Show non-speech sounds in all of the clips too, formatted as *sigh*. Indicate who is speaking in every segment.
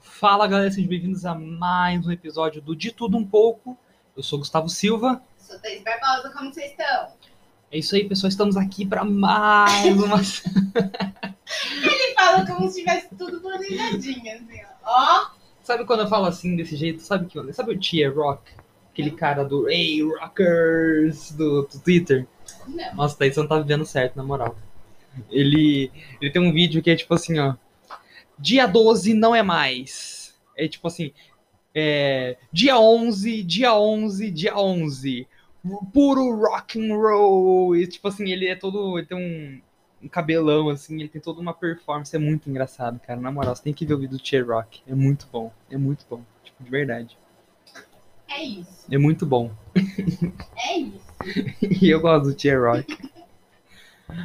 Speaker 1: Fala galera, sejam bem-vindos a mais um episódio do De Tudo Um Pouco. Eu sou Gustavo Silva.
Speaker 2: Sou Thaís Barbosa, como vocês estão?
Speaker 1: É isso aí, pessoal. Estamos aqui para mais uma.
Speaker 2: Ele fala como se tivesse tudo planejadinho, assim, ó. Ó,
Speaker 1: sabe quando eu falo assim desse jeito? Sabe que onda? Sabe o Tia Rock? Aquele cara do Hey Rockers do, do Twitter.
Speaker 2: não.
Speaker 1: Nossa, Thaís não tá vivendo certo, na moral. Ele, ele tem um vídeo que é tipo assim, ó. Dia 12 não é mais. É tipo assim. é, dia 11, dia 11, dia 11. Puro rock and roll. E tipo assim, ele é todo. Ele tem um, um cabelão, assim. Ele tem toda uma performance. É muito engraçado, cara. Na moral, você tem que ver o vídeo do Tier Rock. É muito bom. É muito bom. Tipo, de verdade.
Speaker 2: É isso,
Speaker 1: É muito bom. *laughs*
Speaker 2: é isso.
Speaker 1: E eu gosto do Tier Rock.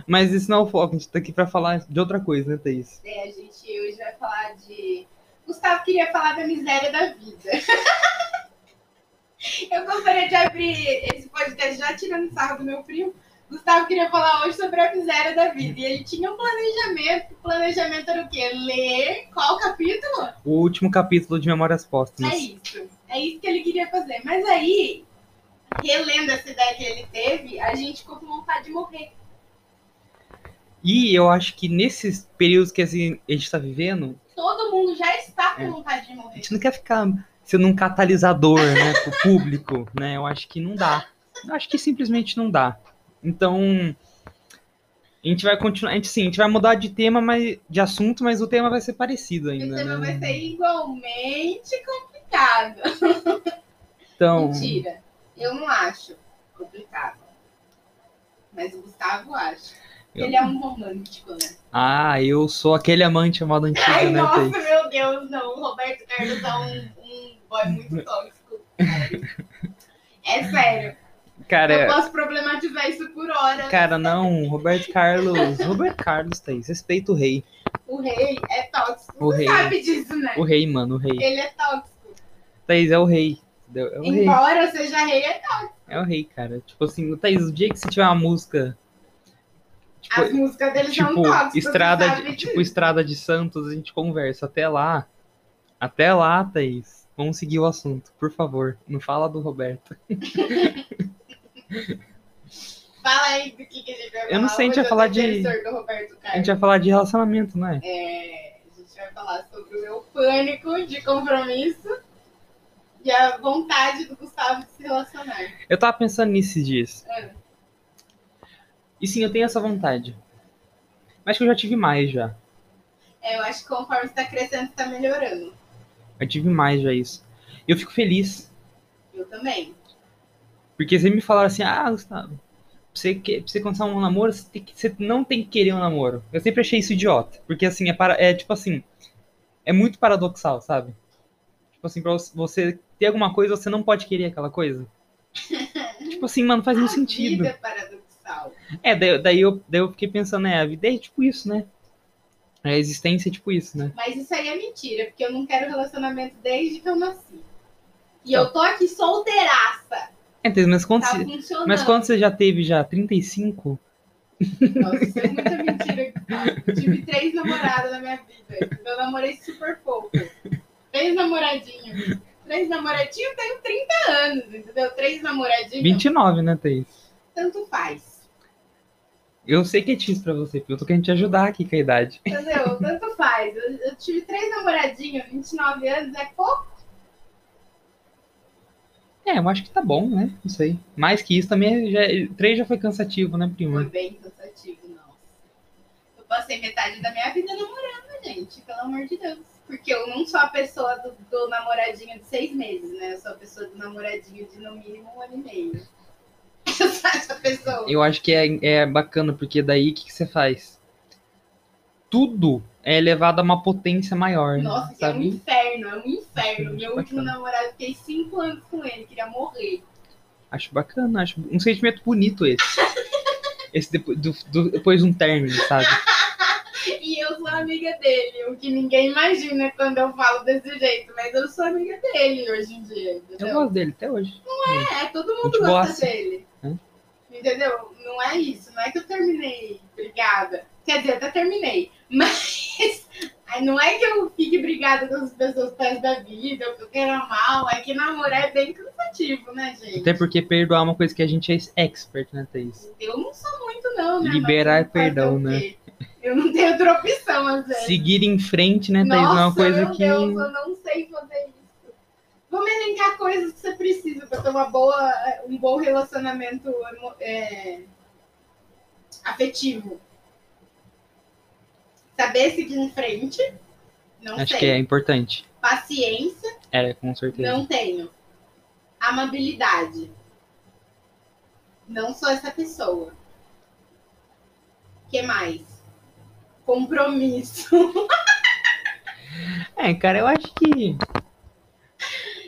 Speaker 1: Mas isso não é o foco, a gente tá aqui pra falar de outra coisa, né, Thaís?
Speaker 2: É, a gente hoje vai falar de. Gustavo queria falar da miséria da vida. *laughs* Eu gostaria de abrir esse podcast já tirando sarro do meu primo. Gustavo queria falar hoje sobre a miséria da vida. E ele tinha um planejamento. O planejamento era o quê? Ler qual capítulo?
Speaker 1: O último capítulo de Memórias Póstumas.
Speaker 2: É isso. É isso que ele queria fazer. Mas aí, relendo essa ideia que ele teve, a gente ficou com vontade de morrer.
Speaker 1: E eu acho que nesses períodos que assim, a gente tá vivendo,
Speaker 2: Todo mundo já está com
Speaker 1: É.
Speaker 2: vontade de
Speaker 1: a
Speaker 2: morrer.
Speaker 1: gente não quer ficar sendo um catalisador, né, pro público, né? Eu acho que não dá. Eu acho que simplesmente não dá. Então, a gente vai continuar, a gente sim, a gente vai mudar de tema, mas de assunto, mas o tema vai ser parecido
Speaker 2: E O
Speaker 1: ainda,
Speaker 2: tema
Speaker 1: né?
Speaker 2: vai ser igualmente complicado.
Speaker 1: Então,
Speaker 2: Mentira. Eu não acho complicado. Mas o Gustavo acha.
Speaker 1: Eu-
Speaker 2: Ele é um romântico, né?
Speaker 1: ah, eu sou aquele amante amado antigo,
Speaker 2: Ai,
Speaker 1: né,
Speaker 2: nossa,
Speaker 1: Thaís?
Speaker 2: meu Deus, não. O Roberto Carlos é um, um
Speaker 1: *laughs*
Speaker 2: boy muito tóxico. cara. É sério.
Speaker 1: Cara,
Speaker 2: Eu posso problematizar isso por horas.
Speaker 1: Cara, não, Roberto Carlos. Roberto Carlos, Thaís. Respeita o rei.
Speaker 2: O rei é tóxico.
Speaker 1: O
Speaker 2: Você
Speaker 1: rei.
Speaker 2: sabe disso, né?
Speaker 1: O rei, mano, o rei.
Speaker 2: Ele é tóxico.
Speaker 1: Thaís é o rei. entendeu? É o rei.
Speaker 2: Embora seja rei, é tóxico.
Speaker 1: É o rei, cara. Tipo assim, o Thaís, o dia que você tiver uma música. Tipo,
Speaker 2: As músicas dele são
Speaker 1: tipo,
Speaker 2: tóxicas. você
Speaker 1: estrada
Speaker 2: sabe
Speaker 1: de,
Speaker 2: disso.
Speaker 1: tipo, estrada de Santos, a gente conversa. Até lá. Até lá, Thaís. Vamos seguir o assunto, por favor. Não fala do Roberto.
Speaker 2: Fala aí do que, que a gente vai falar.
Speaker 1: Eu não sei, a gente vai
Speaker 2: Hoje
Speaker 1: falar
Speaker 2: sou
Speaker 1: de-
Speaker 2: defensor do Roberto
Speaker 1: A
Speaker 2: Carlos.
Speaker 1: gente vai falar de relacionamento, não é?
Speaker 2: É, a gente vai falar sobre o meu pânico de compromisso e a vontade do Gustavo de se relacionar.
Speaker 1: Eu tava pensando nesses dias.
Speaker 2: É.
Speaker 1: E sim, eu tenho essa vontade. Mas que eu já tive mais já.
Speaker 2: É, eu acho que conforme você tá crescendo, você tá melhorando.
Speaker 1: Eu tive mais já isso. E eu fico feliz.
Speaker 2: Eu também.
Speaker 1: Porque sempre me falaram assim, ah, Gustavo, pra você, que, pra você começar um namoro, você, tem que- você não tem que querer um namoro. Eu sempre achei isso idiota. Porque assim, é, para, é tipo assim, é muito paradoxal, sabe? Tipo assim, pra você- você ter alguma coisa, você não pode querer aquela coisa. tipo assim, mano, faz
Speaker 2: a
Speaker 1: muito sentido.
Speaker 2: vida é paradoxal.
Speaker 1: É, daí, daí eu, daí eu fiquei pensando, né, a vida é tipo isso, né? A existência é tipo isso, né?
Speaker 2: Mas isso aí é mentira, porque eu não quero relacionamento desde que eu nasci. E
Speaker 1: Tá.
Speaker 2: eu tô aqui solteiraça.
Speaker 1: É, Thaís, mas quando,
Speaker 2: Tá
Speaker 1: você,
Speaker 2: funcionando.
Speaker 1: mas quando você já teve já 35,
Speaker 2: Nossa, isso é muita mentira. Gustavo. Eu Tive três namoradas na minha vida. Eu namorei super pouco. Três namoradinhos. Três namoradinhos, eu tenho 30 anos, entendeu? Três namoradinhos,
Speaker 1: 29, né, Thaís?
Speaker 2: tanto faz.
Speaker 1: Eu sei que é X pra você, porque eu tô querendo te ajudar aqui com a idade.
Speaker 2: Entendeu? Tanto faz. Eu, eu tive três namoradinhos, 29 anos, é pouco.
Speaker 1: É, eu acho que tá bom, né? Não sei. Mais que isso também, é- já, 3 já foi cansativo, né,
Speaker 2: Foi
Speaker 1: prima?
Speaker 2: é bem cansativo, nossa. Eu passei metade da minha vida namorando, gente, pelo amor de Deus. Porque eu não sou a pessoa do, do namoradinho de seis meses, né? Eu sou a pessoa do namoradinho de no mínimo um ano e meio. *laughs* Eu sou essa pessoa.
Speaker 1: Eu acho que é, é bacana, porque daí o que, que você faz? Tudo é elevado a uma potência maior, né?
Speaker 2: Nossa, que é um
Speaker 1: sabe?
Speaker 2: inferno, é um inferno.
Speaker 1: Bastante
Speaker 2: Meu último
Speaker 1: bacana.
Speaker 2: namorado, fiquei cinco anos com ele, queria morrer.
Speaker 1: Acho bacana, acho um sentimento bonito
Speaker 2: *laughs*
Speaker 1: esse. esse depois, do, do- depois de um término, sabe?
Speaker 2: E eu sou amiga dele, o que ninguém imagina quando eu falo desse jeito, mas eu sou amiga dele hoje em dia.
Speaker 1: Eu
Speaker 2: Entendeu?
Speaker 1: gosto dele até hoje.
Speaker 2: É, todo mundo
Speaker 1: Gente
Speaker 2: gosta
Speaker 1: boa,
Speaker 2: dele.
Speaker 1: né?
Speaker 2: Entendeu? Não é isso. Não é que eu terminei. Obrigada. Quer dizer, até terminei. *laughs* Mas Aí não é que eu fique brigada com as pessoas pés da vida, eu que eu quero mal, é que namorar é bem cansativo, né, gente?
Speaker 1: Até porque perdoar é uma coisa que a gente é expert, né, Thaís?
Speaker 2: Eu não sou muito, não, né?
Speaker 1: Liberar
Speaker 2: Mas fazer
Speaker 1: perdão,
Speaker 2: o
Speaker 1: né?
Speaker 2: quê? Eu não tenho outra
Speaker 1: *laughs*
Speaker 2: opção, às vezes.
Speaker 1: Seguir em frente, né, Thaís? é uma coisa
Speaker 2: meu
Speaker 1: que.
Speaker 2: Deus, eu não sei fazer isso. Vamos elencar coisas que você precisa para ter uma boa, um bom relacionamento emo- é, afetivo. Saber seguir em frente, não
Speaker 1: Acho
Speaker 2: sei.
Speaker 1: que é importante.
Speaker 2: Paciência,
Speaker 1: É, com certeza.
Speaker 2: não tenho. Amabilidade. Não sou essa pessoa. que mais? Compromisso.
Speaker 1: É, cara, eu acho que.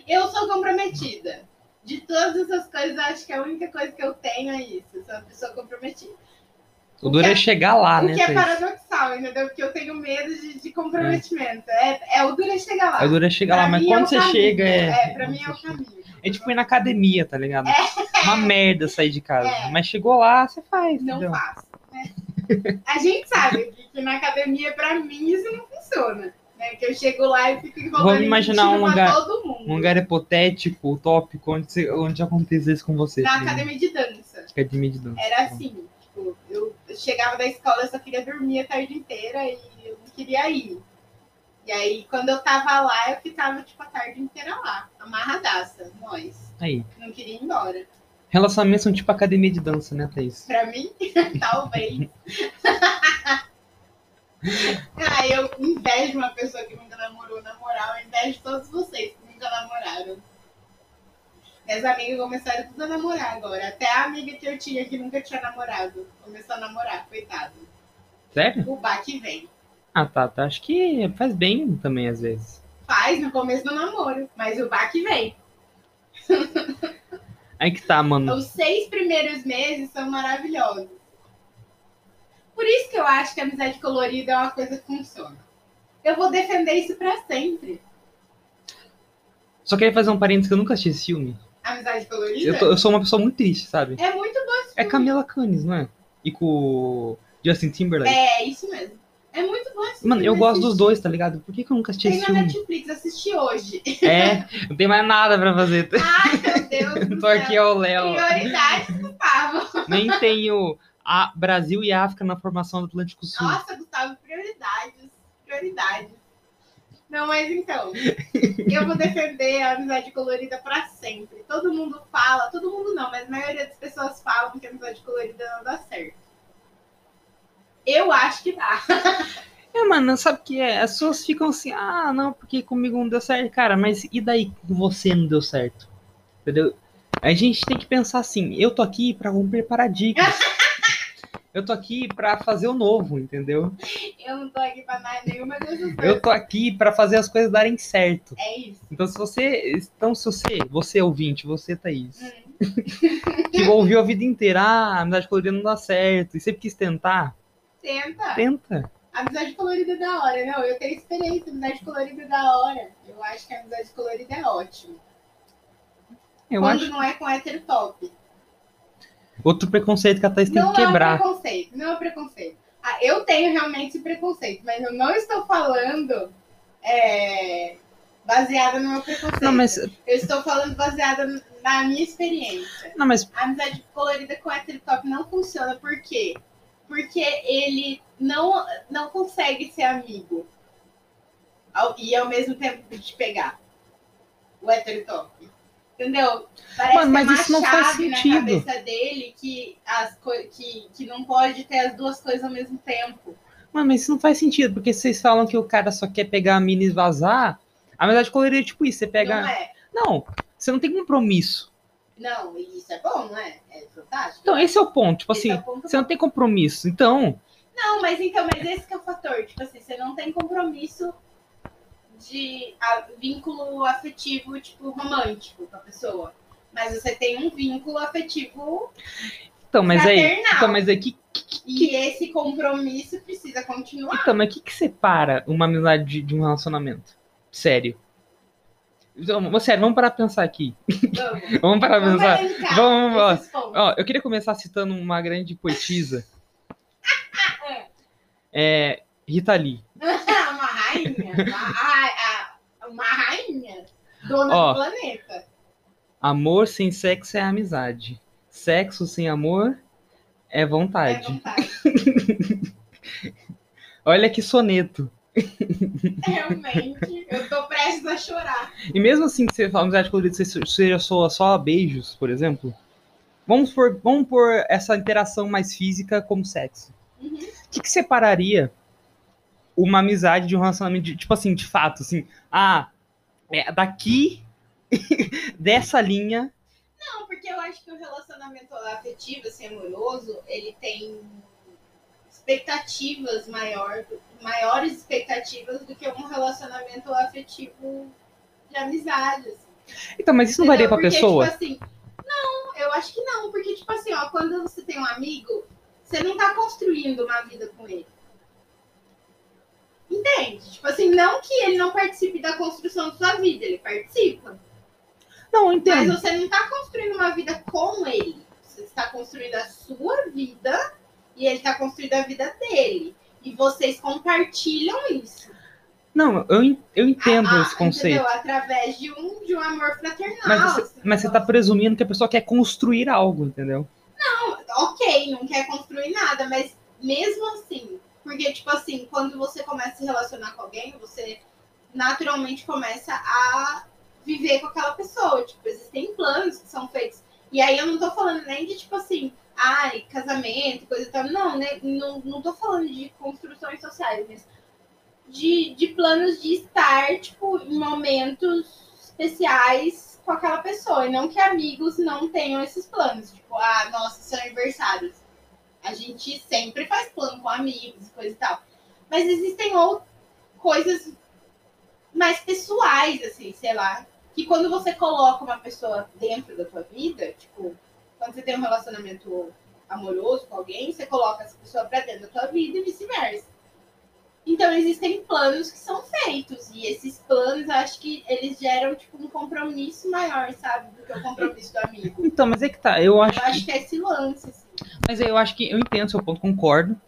Speaker 2: Eu sou comprometida. De todas essas coisas, eu acho que a única coisa que eu tenho é isso. Eu sou uma pessoa comprometida.
Speaker 1: O duro
Speaker 2: que é-
Speaker 1: é chegar lá,
Speaker 2: o
Speaker 1: né,
Speaker 2: que é
Speaker 1: Thaís?
Speaker 2: paradoxal, entendeu? Porque eu tenho medo de, de comprometimento. É. É, o duro é chegar lá.
Speaker 1: O duro é chegar
Speaker 2: Pra
Speaker 1: lá, mas
Speaker 2: mim
Speaker 1: quando
Speaker 2: o
Speaker 1: você
Speaker 2: caminho.
Speaker 1: chega é.
Speaker 2: É, pra mim é
Speaker 1: Quando
Speaker 2: o
Speaker 1: você chega.
Speaker 2: caminho.
Speaker 1: É tipo ir na academia, tá ligado? Uma merda sair de casa.
Speaker 2: É.
Speaker 1: Mas chegou lá, você faz,
Speaker 2: Não
Speaker 1: entendeu?
Speaker 2: faço. né? A gente sabe que, que na academia, pra mim, isso não funciona. Né? Que eu chego lá e fico envolvendo
Speaker 1: Vamos imaginar
Speaker 2: mentira
Speaker 1: um
Speaker 2: pra
Speaker 1: lugar-
Speaker 2: todo mundo.
Speaker 1: Um lugar hipotético, utópico, onde, você, onde acontece isso com você.
Speaker 2: na
Speaker 1: tá ligado? é
Speaker 2: academia de dança.
Speaker 1: Academia de dança.
Speaker 2: Era assim, tipo, eu chegava da escola, eu só queria dormir a tarde inteira e eu não queria ir. E aí, quando eu tava lá, eu ficava, tipo, a tarde inteira lá, amarradaça, nós.
Speaker 1: Aí.
Speaker 2: Não queria ir embora.
Speaker 1: Relacionamentos são tipo academia de dança, né, Thaís?
Speaker 2: Pra mim, *laughs* talvez. *laughs* ah, eu invejo uma pessoa que nunca namorou, na moral, eu invejo todos vocês que nunca namoraram. Minhas amigas começaram tudo a namorar agora. Até a amiga que eu tinha que nunca tinha namorado começou a namorar, coitado.
Speaker 1: Sério?
Speaker 2: O baque vem.
Speaker 1: Ah, tá, tá. Acho que faz bem também, às vezes.
Speaker 2: Faz no começo do namoro, mas o baque vem.
Speaker 1: Aí que tá, mano.
Speaker 2: Então, Os seis primeiros meses são maravilhosos. Por isso que eu acho que a amizade colorida é uma coisa que funciona. Eu vou defender isso pra sempre.
Speaker 1: Só queria fazer um parênteses que eu nunca assisti esse filme.
Speaker 2: Amizade colorida
Speaker 1: Eu, tô- eu sou uma pessoa muito triste, sabe?
Speaker 2: é muito bom. esse
Speaker 1: É
Speaker 2: filme.
Speaker 1: Camila Canes, não é? E com o Justin Timberlake.
Speaker 2: É, isso mesmo. É muito bom. esse
Speaker 1: Mano,
Speaker 2: filme,
Speaker 1: eu gosto dos
Speaker 2: assisti.
Speaker 1: dois, tá ligado? Por que, que eu nunca assisti
Speaker 2: Tem
Speaker 1: esse um.
Speaker 2: na
Speaker 1: filme?
Speaker 2: Netflix, assisti hoje.
Speaker 1: É, não tem mais nada pra fazer.
Speaker 2: Ai,
Speaker 1: *laughs*
Speaker 2: meu Deus. do
Speaker 1: Tô aqui
Speaker 2: céu.
Speaker 1: ao Léo.
Speaker 2: Prioridades do Gustavo.
Speaker 1: Nem tenho a Brasil e África na formação do Atlântico Sul.
Speaker 2: Nossa, Gustavo, prioridades. Prioridades. Não,
Speaker 1: *laughs*
Speaker 2: mas então, eu vou defender a amizade colorida pra sempre. Todo mundo fala, todo mundo não, mas a maioria das pessoas falam que a amizade colorida não dá certo. Eu acho que dá.
Speaker 1: É, mano, sabe o que é? As pessoas ficam assim, ah, não, porque comigo não deu certo, cara, mas e daí que você não deu certo? Entendeu? A gente tem que pensar assim, eu tô aqui pra romper paradigmas. Eu tô aqui pra fazer o novo, entendeu?
Speaker 2: Eu não tô aqui pra mais nenhuma dessas
Speaker 1: Eu
Speaker 2: coisas.
Speaker 1: tô aqui pra fazer as coisas darem certo.
Speaker 2: É isso.
Speaker 1: Então se você, então se você, você ouvinte, você Thaís, *laughs*
Speaker 2: Hum.
Speaker 1: que ouviu a vida inteira, ah, a amizade colorida não dá certo, e sempre quis tentar,
Speaker 2: Tenta.
Speaker 1: tenta.
Speaker 2: Amizade colorida é da hora. Não, eu tenho experiência. Amizade colorida é da hora. Eu acho que a amizade colorida é ótimo.
Speaker 1: Eu
Speaker 2: Quando
Speaker 1: acho
Speaker 2: não é com hétero top.
Speaker 1: Outro preconceito que a Thaís tem
Speaker 2: não
Speaker 1: que
Speaker 2: é um
Speaker 1: quebrar.
Speaker 2: preconceito, não é um preconceito. Ah, eu tenho realmente esse preconceito, mas eu não estou falando é, baseada no meu preconceito.
Speaker 1: Não, mas,
Speaker 2: Eu estou falando baseada na minha experiência.
Speaker 1: não, mas
Speaker 2: A amizade colorida com hétero top não funciona, por quê? Porque ele não, não consegue ser amigo ao- e ao mesmo tempo te pegar. O hétero top. Entendeu? Parece
Speaker 1: Mano, mas
Speaker 2: que é uma
Speaker 1: isso não faz
Speaker 2: chave
Speaker 1: sentido.
Speaker 2: na cabeça dele que, as coi- que, que não pode ter as duas coisas ao mesmo tempo.
Speaker 1: Mano, mas isso não faz sentido, porque vocês falam que o cara só quer pegar a mina e vazar. A verdade colorida é tipo isso, você
Speaker 2: Não
Speaker 1: pega.
Speaker 2: é?
Speaker 1: Não, você não tem compromisso.
Speaker 2: Não, e isso é bom, não é? É fantástico.
Speaker 1: Então, esse é o ponto. Tipo
Speaker 2: Esse
Speaker 1: assim,
Speaker 2: é o ponto
Speaker 1: você não tem compromisso. Então,
Speaker 2: Não, mas então, mas esse que é o fator. Tipo assim, você não tem compromisso de a- vínculo afetivo, tipo, romântico com a pessoa. Mas você tem um vínculo afetivo
Speaker 1: então, mas aí.
Speaker 2: fraternal.
Speaker 1: Então, mas aí que.
Speaker 2: E esse compromisso precisa continuar.
Speaker 1: Então, mas o que, que separa uma amizade de, de um relacionamento? Sério. Então, mas sério, vamos parar pra pensar aqui. *laughs*
Speaker 2: Vamos.
Speaker 1: Vamos parar pra
Speaker 2: Vamos
Speaker 1: pensar.
Speaker 2: elencar
Speaker 1: Vamos, vamos.
Speaker 2: esses pontos.
Speaker 1: Ó, eu queria começar citando uma grande poetisa.
Speaker 2: É.
Speaker 1: É. Rita Lee.
Speaker 2: Ah, Uma raiva. Uma, ra- a- ah, uma rainha, dona
Speaker 1: Ó.
Speaker 2: do planeta.
Speaker 1: Amor sem sexo é amizade. Sexo sem amor é
Speaker 2: É
Speaker 1: vontade.
Speaker 2: vontade. *laughs*
Speaker 1: Olha que soneto.
Speaker 2: Realmente, eu tô prestes a chorar.
Speaker 1: E mesmo assim que você fala amizade colorida, você seja só, só beijos, por exemplo. Vamos por, vamos por essa interação mais física como sexo.
Speaker 2: Uhum.
Speaker 1: O que, que separaria uma amizade de um relacionamento, de- tipo assim, de fato, assim, ah, é, daqui, *laughs* dessa linha,
Speaker 2: Não, porque eu acho que o relacionamento afetivo, assim, amoroso, ele tem expectativas maior, maiores expectativas do que um relacionamento afetivo de amizade, assim.
Speaker 1: então, mas isso não varia
Speaker 2: Entendeu?
Speaker 1: pra
Speaker 2: Porque,
Speaker 1: pessoa?
Speaker 2: Tipo assim, não, eu acho que não, porque, tipo assim, ó, quando você tem um amigo, você não tá construindo uma vida com ele. Entende? Tipo assim, não que ele não participe da construção da sua vida, ele participa.
Speaker 1: Não, eu entendo.
Speaker 2: tipo, Mas você não tá construindo uma vida com ele. Você está construindo a sua vida e ele tá construindo a vida dele. E vocês compartilham isso.
Speaker 1: Não, eu, en- eu entendo
Speaker 2: Ah, ah,
Speaker 1: esse conceito.
Speaker 2: Entendeu? Através de um, de um amor fraternal.
Speaker 1: Mas você,
Speaker 2: assim,
Speaker 1: mas você tá presumindo que a pessoa quer construir algo, entendeu?
Speaker 2: ok, não quer construir nada, mas mesmo assim, porque, tipo assim, quando você começa a se relacionar com alguém, você naturalmente começa a viver com aquela pessoa. Tipo, existem planos que são feitos. E aí eu não tô falando nem de, tipo assim, ai, casamento, coisa e tal. Não, né? Não, não tô falando de construções sociais, né? mas de, de planos de estar, tipo, em momentos especiais com aquela pessoa. E não que amigos não tenham esses planos. Tipo, ah, nossa, são aniversários. A gente sempre faz plano com amigos e coisa e tal. Mas existem ou coisas mais pessoais, assim, sei lá. Que quando você coloca uma pessoa dentro da tua vida, tipo, quando você tem um relacionamento amoroso com alguém, você coloca essa pessoa pra dentro da tua vida e vice-versa. Então existem planos que são feitos. E esses planos, eu acho que eles geram, tipo, um compromisso maior, sabe? Do que o compromisso do amigo.
Speaker 1: Então, mas é que tá. Eu acho
Speaker 2: Eu
Speaker 1: que
Speaker 2: acho que é esse lance, assim.
Speaker 1: Mas eu acho que eu entendo seu ponto, concordo.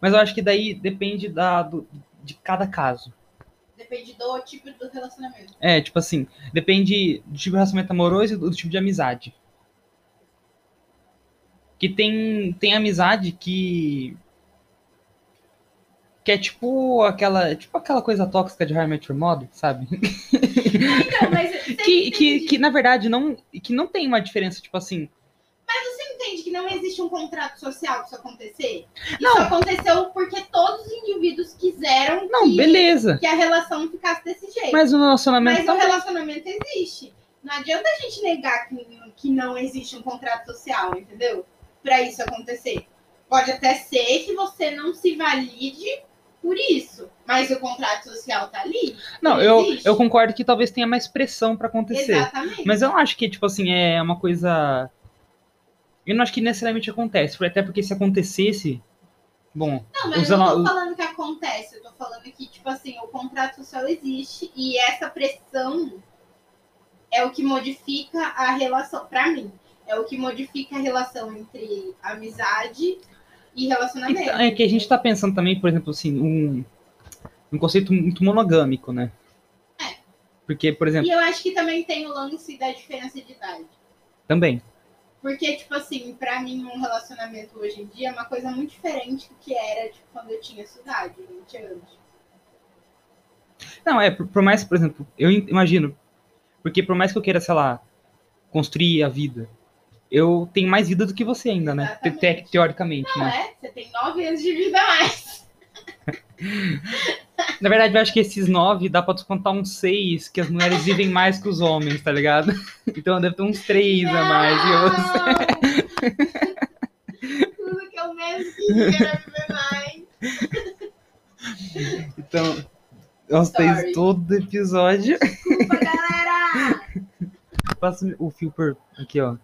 Speaker 1: Mas eu acho que daí depende da, do- de cada caso.
Speaker 2: Depende do tipo do relacionamento.
Speaker 1: É, tipo assim, depende do tipo de relacionamento amoroso e do, do tipo de amizade. Que tem, tem amizade que. Que é tipo aquela. Tipo aquela coisa tóxica de How I Met Your Mother, sabe?
Speaker 2: Então, mas você
Speaker 1: Que, que,
Speaker 2: entende-
Speaker 1: que, na verdade, não. Que não tem uma diferença, tipo assim.
Speaker 2: Mas você entende que não existe um contrato social pra isso acontecer? Isso
Speaker 1: Não.
Speaker 2: aconteceu porque todos os indivíduos quiseram
Speaker 1: Não,
Speaker 2: que,
Speaker 1: beleza.
Speaker 2: que a relação ficasse desse jeito.
Speaker 1: Mas o relacionamento.
Speaker 2: Mas o relacionamento existe. Não adianta a gente negar que, que não existe um contrato social, entendeu? Pra isso acontecer. Pode até ser que você não se valide por isso, mas o contrato social tá ali.
Speaker 1: Não, eu,
Speaker 2: existe.
Speaker 1: eu concordo que talvez tenha mais pressão pra acontecer.
Speaker 2: Exatamente.
Speaker 1: Mas eu não acho que, tipo assim, é uma coisa. Eu não acho que necessariamente acontece, por- até porque se acontecesse. Bom,
Speaker 2: Não, mas
Speaker 1: Os
Speaker 2: eu não
Speaker 1: ana-
Speaker 2: tô falando que acontece, eu tô falando que, tipo assim, o contrato social existe e essa pressão é o que modifica a relação, pra mim, é o que modifica a relação entre amizade e relacionamento.
Speaker 1: então, é que a gente tá pensando também, por exemplo, assim, um, um conceito muito monogâmico, né?
Speaker 2: É.
Speaker 1: Porque, por exemplo,
Speaker 2: E eu acho que também tem o lance da diferença de idade.
Speaker 1: também.
Speaker 2: Porque, tipo assim, pra mim, um relacionamento hoje em dia é uma coisa muito diferente do que era, tipo, quando eu tinha essa idade, 20 anos.
Speaker 1: Não, é, por, por mais, por exemplo, eu im- imagino. Porque por mais que eu queira, sei lá, construir a vida, eu tenho mais vida do que você ainda, né? Te- te-
Speaker 2: Exatamente.
Speaker 1: teoricamente,
Speaker 2: Não
Speaker 1: né?
Speaker 2: é? Você tem 9 anos de vida a mais.
Speaker 1: Na verdade, eu acho que esses nove dá pra descontar uns seis, que as mulheres vivem mais que os homens, tá ligado? *laughs* Então deve ter uns três a mais. que eu-
Speaker 2: Não! *laughs* Tudo que eu menos queria era viver mais.
Speaker 1: Então, nós
Speaker 2: Sorry.
Speaker 1: temos todo episódio.
Speaker 2: Desculpa, galera!
Speaker 1: Passa o fio por aqui, ó.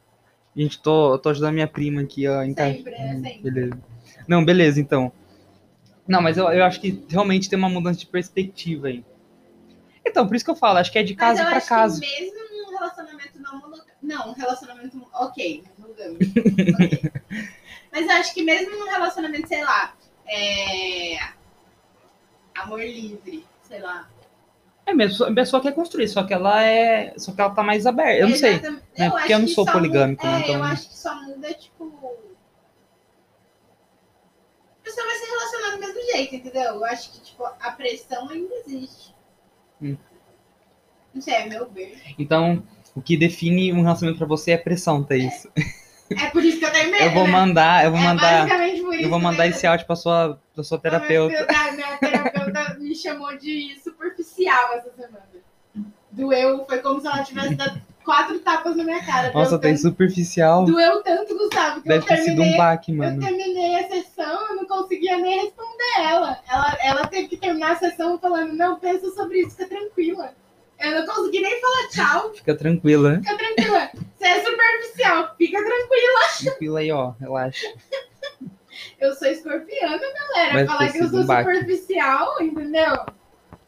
Speaker 1: Gente, tô, eu tô ajudando minha prima aqui, ó. Em ca-
Speaker 2: Sempre, né? Sempre.
Speaker 1: Beleza. Não, beleza, então. Não, mas eu, eu acho que realmente tem uma mudança de perspectiva aí. Então, por isso que eu falo, acho que é de
Speaker 2: Mas
Speaker 1: caso
Speaker 2: eu
Speaker 1: pra
Speaker 2: acho
Speaker 1: caso.
Speaker 2: que mesmo num relacionamento não monogâmico. Não, um relacionamento. Ok,
Speaker 1: *laughs*
Speaker 2: monogâmico. ok. Mas eu acho que mesmo num relacionamento, sei lá, é, amor livre, sei lá.
Speaker 1: É mesmo, a pessoa quer construir, só que ela é. Só que ela tá mais aberta. Eu não sei.
Speaker 2: Exatamente.
Speaker 1: né? Porque
Speaker 2: acho
Speaker 1: eu não
Speaker 2: que
Speaker 1: sou
Speaker 2: só
Speaker 1: poligâmico,
Speaker 2: muda-
Speaker 1: né,
Speaker 2: É,
Speaker 1: então-
Speaker 2: eu acho que só muda, tipo. A pessoa vai se relacionar do mesmo jeito, entendeu? Eu acho que, tipo, a pressão ainda existe.
Speaker 1: Hum.
Speaker 2: Não sei, é meu ver.
Speaker 1: Então, o que define um relacionamento pra você é pressão, Thaís.
Speaker 2: É por isso que eu tenho medo.
Speaker 1: Eu vou
Speaker 2: né?
Speaker 1: mandar, eu vou
Speaker 2: É
Speaker 1: mandar.
Speaker 2: basicamente por isso
Speaker 1: Eu vou
Speaker 2: que
Speaker 1: mandar
Speaker 2: tenho
Speaker 1: esse áudio pra sua, pra sua terapeuta.
Speaker 2: Minha, minha terapeuta me chamou de superficial essa semana. Doeu, foi como se ela tivesse dado quatro tapas na minha cara.
Speaker 1: Nossa,
Speaker 2: doeu,
Speaker 1: tem superficial.
Speaker 2: tanto, doeu tanto, Gustavo, que
Speaker 1: Deve
Speaker 2: eu
Speaker 1: ter sido um
Speaker 2: terminei.
Speaker 1: baque,
Speaker 2: eu
Speaker 1: mano.
Speaker 2: terminei a sessão, eu não conseguia nem responder ela. Ela, ela teve que terminar a sessão falando, não, pensa sobre isso, fica tranquila. Eu não consegui nem falar tchau,
Speaker 1: Fica tranquila.
Speaker 2: fica tranquila. Você é superficial, fica tranquila.
Speaker 1: Tranquila aí, ó. Relaxa.
Speaker 2: Eu sou escorpiana, galera.
Speaker 1: Vai
Speaker 2: Falar
Speaker 1: ter
Speaker 2: que eu
Speaker 1: sido
Speaker 2: sou
Speaker 1: um baque.
Speaker 2: superficial, entendeu?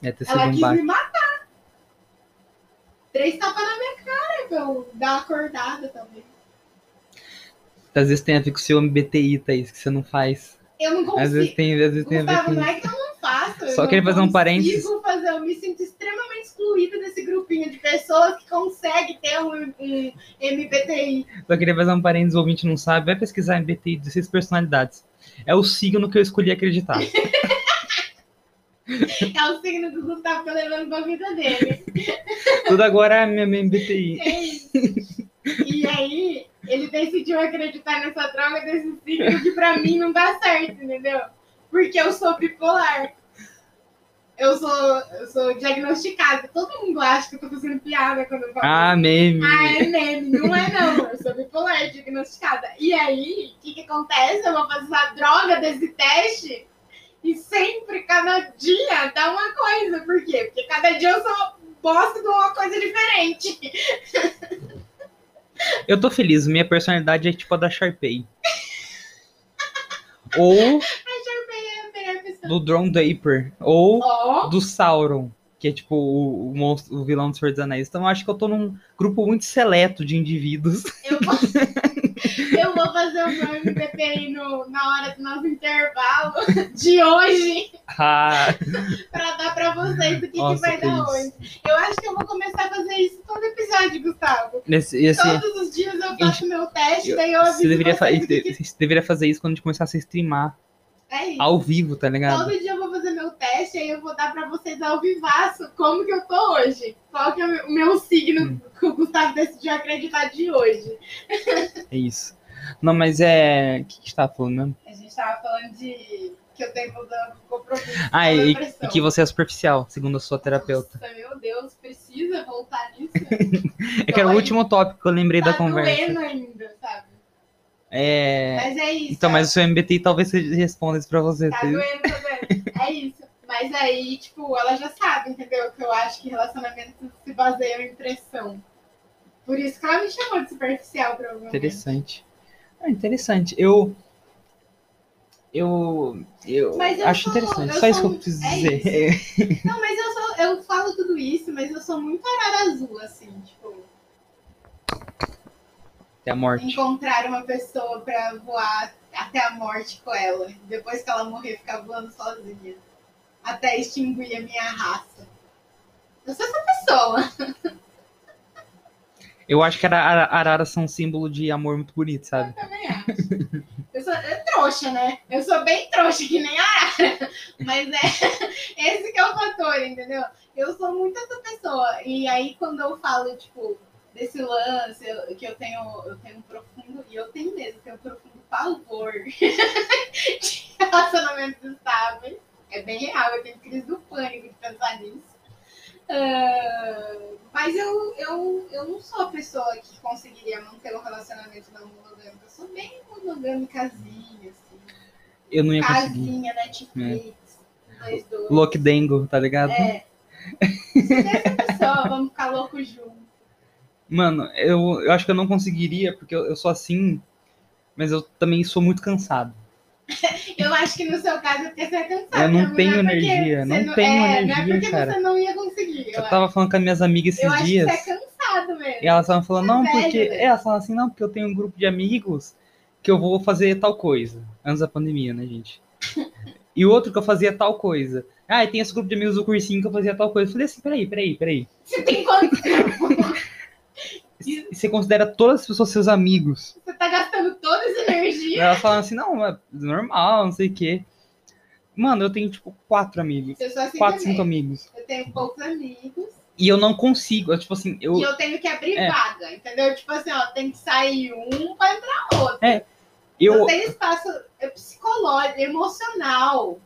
Speaker 1: Deve ter sido
Speaker 2: Ela
Speaker 1: um
Speaker 2: quis me
Speaker 1: baque.
Speaker 2: matar. Três tapas na minha cara, pra eu dar uma acordada também.
Speaker 1: Às vezes tem a ver com o seu MBTI, Thaís, que você não faz.
Speaker 2: Eu não consigo.
Speaker 1: Às vezes tem, às vezes tem a ver
Speaker 2: Gustavo,
Speaker 1: com
Speaker 2: não
Speaker 1: isso.
Speaker 2: é que eu não faço. eu
Speaker 1: Só
Speaker 2: não
Speaker 1: queria fazer um
Speaker 2: consigo
Speaker 1: parênteses.
Speaker 2: fazer, eu me sinto extremamente excluída desse grupinho de pessoas que consegue ter um, um MBTI.
Speaker 1: Só queria fazer um parênteses, o ouvinte não sabe. Vai pesquisar MBTI 16 personalidades. É o signo que eu escolhi acreditar.
Speaker 2: É o signo que o Gustavo tá levando pra vida dele.
Speaker 1: Tudo agora é minha minha MBTI.
Speaker 2: É isso. E aí, ele decidiu acreditar nessa droga desse signo que pra mim não dá certo, entendeu? Porque eu sou bipolar. Eu sou, eu sou diagnosticada. Todo mundo acha que eu tô fazendo piada quando eu falo.
Speaker 1: Ah, meme.
Speaker 2: Ah,
Speaker 1: *laughs*
Speaker 2: é meme. Não é, não. Eu sou bipolar, diagnosticada. E aí, o que, que acontece? Eu vou fazer essa droga desse teste e sempre, cada dia, dá uma coisa. Por quê? Porque cada dia eu sou bosta de uma coisa diferente. *laughs*
Speaker 1: Eu tô feliz, minha personalidade é tipo a da Sharpay. Ou do Drone Daper. Ou
Speaker 2: Ó,
Speaker 1: do Sauron, que é tipo o, o monstro, o vilão dos Senhor dos Anéis. Então eu acho que eu tô num grupo muito seleto de indivíduos. *laughs*
Speaker 2: eu, vou... *laughs* eu vou fazer o meu MPPI no... na hora do nosso intervalo de hoje
Speaker 1: Ah,
Speaker 2: pra dar pra vocês o que, que
Speaker 1: Nossa,
Speaker 2: vai
Speaker 1: que
Speaker 2: dar
Speaker 1: isso.
Speaker 2: hoje. Eu acho que eu vou começar a fazer isso todo episódio, Gustavo.
Speaker 1: nesse, esse,
Speaker 2: Todos os dias eu faço meu teste, daí eu aviso
Speaker 1: Assim, você, deveria fa-
Speaker 2: vocês o que que-
Speaker 1: você deveria fazer isso quando a gente começar a se streamar
Speaker 2: É isso.
Speaker 1: ao vivo, tá ligado?
Speaker 2: Todo dia eu vou fazer meu teste, aí eu vou dar pra vocês ao vivaço como que eu tô hoje. Qual que é o meu- o meu signo
Speaker 1: Hum.
Speaker 2: que o Gustavo decidiu acreditar de hoje.
Speaker 1: É isso. Não, mas é. O que, que você tava falando mesmo?
Speaker 2: A gente tava falando de que eu tenho problema com compromisso.
Speaker 1: Ah,
Speaker 2: com
Speaker 1: e,
Speaker 2: depressão.
Speaker 1: e que você é superficial, segundo a sua terapeuta.
Speaker 2: Nossa, meu Deus, precisa voltar
Speaker 1: *laughs*
Speaker 2: nisso.
Speaker 1: É que era o último tópico que eu lembrei
Speaker 2: tá
Speaker 1: da conversa.
Speaker 2: doendo ainda, sabe?
Speaker 1: É.
Speaker 2: Mas é isso.
Speaker 1: Então, mas o seu MBTI talvez você responda isso pra você.
Speaker 2: Tá
Speaker 1: tá ligado?
Speaker 2: doendo, tá doendo. É isso. Mas aí, tipo, ela já sabe, entendeu? Que eu acho que relacionamento se baseia em pressão. Por isso que ela me chamou de superficial, provavelmente.
Speaker 1: Interessante. Ah, interessante. Eu. Eu. Eu
Speaker 2: Mas eu
Speaker 1: acho
Speaker 2: sou-
Speaker 1: interessante.
Speaker 2: eu
Speaker 1: Só isso que
Speaker 2: sou-
Speaker 1: eu preciso
Speaker 2: é
Speaker 1: dizer.
Speaker 2: Não, mas eu sou, eu falo tudo isso, mas eu sou muito arara azul, assim, tipo,
Speaker 1: *laughs* Até a morte.
Speaker 2: encontrar uma pessoa pra voar até a morte com ela. Depois que ela morrer, ficar voando sozinha. Até extinguir a minha raça. Eu sou essa pessoa.
Speaker 1: Eu acho que ara- ara- araras são um símbolo de amor muito bonito, sabe?
Speaker 2: Também acho. Eu sou é trouxa, né? Eu sou bem trouxa, que nem a Arara. Mas é *laughs* esse que é o fator, entendeu? Eu sou muito essa pessoa. E aí, quando eu falo, tipo, desse lance, eu- que eu tenho, eu tenho um profundo, e eu tenho mesmo, eu tenho um profundo pavor *laughs* de relacionamentos estáveis. É bem real, eu tenho crise do pânico de pensar nisso. Ah, mas eu, eu, eu não sou a pessoa que conseguiria manter um relacionamento não monogâmico. Eu sou bem monogâmicazinha, assim.
Speaker 1: Eu É. não ia conseguir.
Speaker 2: Casinha, Netflix, dois, dois.
Speaker 1: Lock Dengo, tá ligado?
Speaker 2: É. Você é essa pessoa, vamos ficar louco junto.
Speaker 1: Mano, eu, eu acho que eu não conseguiria, porque eu, eu sou assim, mas eu também sou muito cansado.
Speaker 2: Eu acho que no seu caso é porque você é cansada.
Speaker 1: Eu não
Speaker 2: é
Speaker 1: tenho
Speaker 2: porque
Speaker 1: energia,
Speaker 2: você
Speaker 1: não tenho
Speaker 2: é, Não
Speaker 1: energia,
Speaker 2: é porque
Speaker 1: cara.
Speaker 2: você não ia conseguir. Eu,
Speaker 1: Eu tava falando com as minhas amigas
Speaker 2: eu
Speaker 1: esses
Speaker 2: acho
Speaker 1: dias.
Speaker 2: que você é cansado mesmo.
Speaker 1: E elas estavam falando, não,
Speaker 2: velho,
Speaker 1: porque.
Speaker 2: né?
Speaker 1: É, elas falam assim, não, porque eu tenho um grupo de amigos que eu vou fazer tal coisa. Antes da pandemia, né, gente? E o outro que eu fazia tal coisa. Ah, e tem esse grupo de amigos do cursinho que eu fazia tal coisa. Eu falei assim, peraí, peraí, peraí.
Speaker 2: Você tem quanto tempo?
Speaker 1: E Você considera todas as pessoas seus amigos.
Speaker 2: Você tá gastando toda essa
Speaker 1: E
Speaker 2: energia?
Speaker 1: ela falando assim, não, é normal, não sei o quê. Mano, eu tenho, tipo, quatro amigos.
Speaker 2: Eu sou assim
Speaker 1: Quatro,
Speaker 2: também.
Speaker 1: cinco amigos.
Speaker 2: Eu tenho poucos amigos
Speaker 1: E eu não consigo. Eu, tipo assim, eu.
Speaker 2: e eu tenho que abrir
Speaker 1: É.
Speaker 2: vaga, entendeu? Tipo assim, ó, tem que sair um pra entrar outro.
Speaker 1: eu
Speaker 2: Não tem espaço é psicológico, emocional,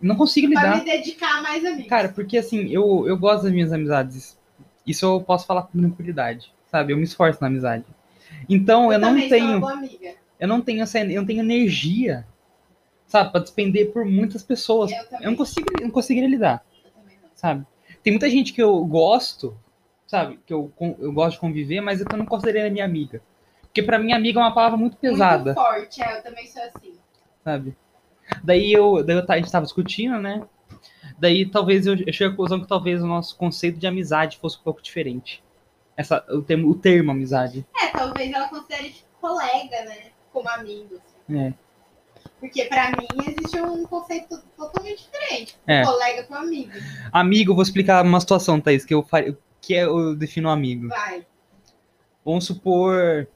Speaker 1: não consigo
Speaker 2: pra
Speaker 1: lidar.
Speaker 2: me dedicar a mais amigos.
Speaker 1: Cara, porque assim, eu, eu gosto das minhas amizades. Isso eu posso falar com tranquilidade, sabe? Eu me esforço na amizade. Então, eu, não
Speaker 2: também sou uma
Speaker 1: tenho,
Speaker 2: boa amiga.
Speaker 1: eu não tenho essa, eu não tenho energia, sabe, Pra despender por muitas pessoas.
Speaker 2: Eu também.
Speaker 1: Eu não consigo, eu não conseguiria lidar,
Speaker 2: eu também não.
Speaker 1: sabe? Tem muita gente que eu gosto, sabe, que eu, con- eu gosto de conviver, mas é eu não considero minha amiga. Porque pra mim amiga é uma palavra muito pesada.
Speaker 2: Muito forte, é, eu também sou assim.
Speaker 1: sabe? Daí eu, daí eu ta- a gente tava discutindo, né? Daí talvez eu, eu cheguei à conclusão que talvez o nosso conceito de amizade fosse um pouco diferente. Essa, o, termo, o termo amizade.
Speaker 2: É, talvez ela considere tipo, colega, né? Como amigo. assim.
Speaker 1: É.
Speaker 2: Porque pra mim existe um conceito totalmente diferente.
Speaker 1: É.
Speaker 2: Colega com amigo.
Speaker 1: Amigo, vou explicar uma situação, Thaís, que eu faria. Que é, eu defino amigo.
Speaker 2: Vai.
Speaker 1: Vamos supor.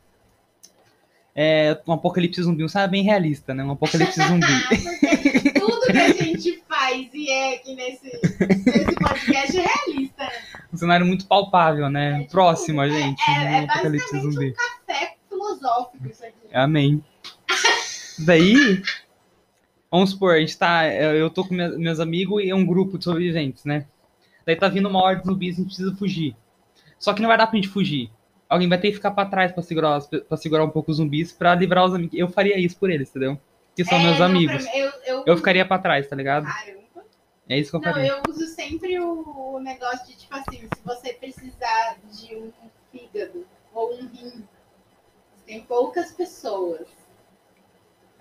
Speaker 1: É, um apocalipse zumbi, um sabe bem realista, né? Um apocalipse *laughs*
Speaker 2: *laughs*
Speaker 1: zumbi.
Speaker 2: Ah, Porque tudo que a gente faz e é aqui nesse, nesse podcast é realista. né?
Speaker 1: Um cenário muito palpável, né? Próximo a gente.
Speaker 2: É,
Speaker 1: um
Speaker 2: é
Speaker 1: apocalipse
Speaker 2: basicamente
Speaker 1: zumbi.
Speaker 2: um café filosófico isso aqui.
Speaker 1: Amém. Daí, vamos supor, a gente tá. Eu tô com minha- meus amigos e é um grupo de sobreviventes, né? Daí tá vindo uma ordem de zumbis e a gente precisa fugir. Só que não vai dar pra gente fugir. Alguém vai ter que ficar pra trás pra segurar, as pe- pra segurar um pouco os zumbis pra livrar os amigos. Eu faria isso por eles, entendeu? Que são
Speaker 2: É,
Speaker 1: meus
Speaker 2: não, pra
Speaker 1: amigos.
Speaker 2: mim, Eu, eu,
Speaker 1: Eu ficaria pra trás, tá ligado?
Speaker 2: Cara, eu nunca-
Speaker 1: É isso que eu
Speaker 2: Não,
Speaker 1: faria.
Speaker 2: eu uso sempre o, o negócio de, tipo assim, se você precisar de um fígado ou um rim, tem poucas pessoas.